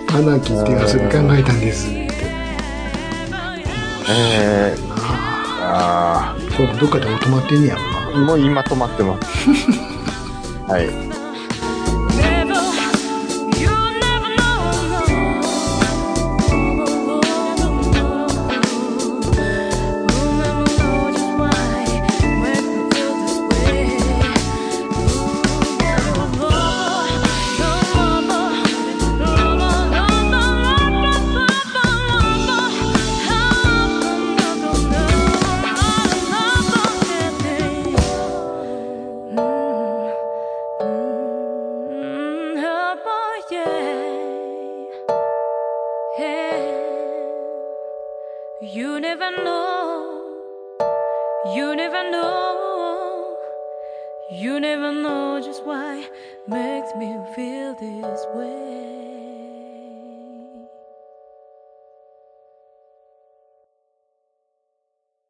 パナキっていう遊び考えたんですって
えー、あ
これどっかでも止まってんねやろな
ーもう今止まってます。はい。
You never know. You never know. You never know just why makes me feel this way.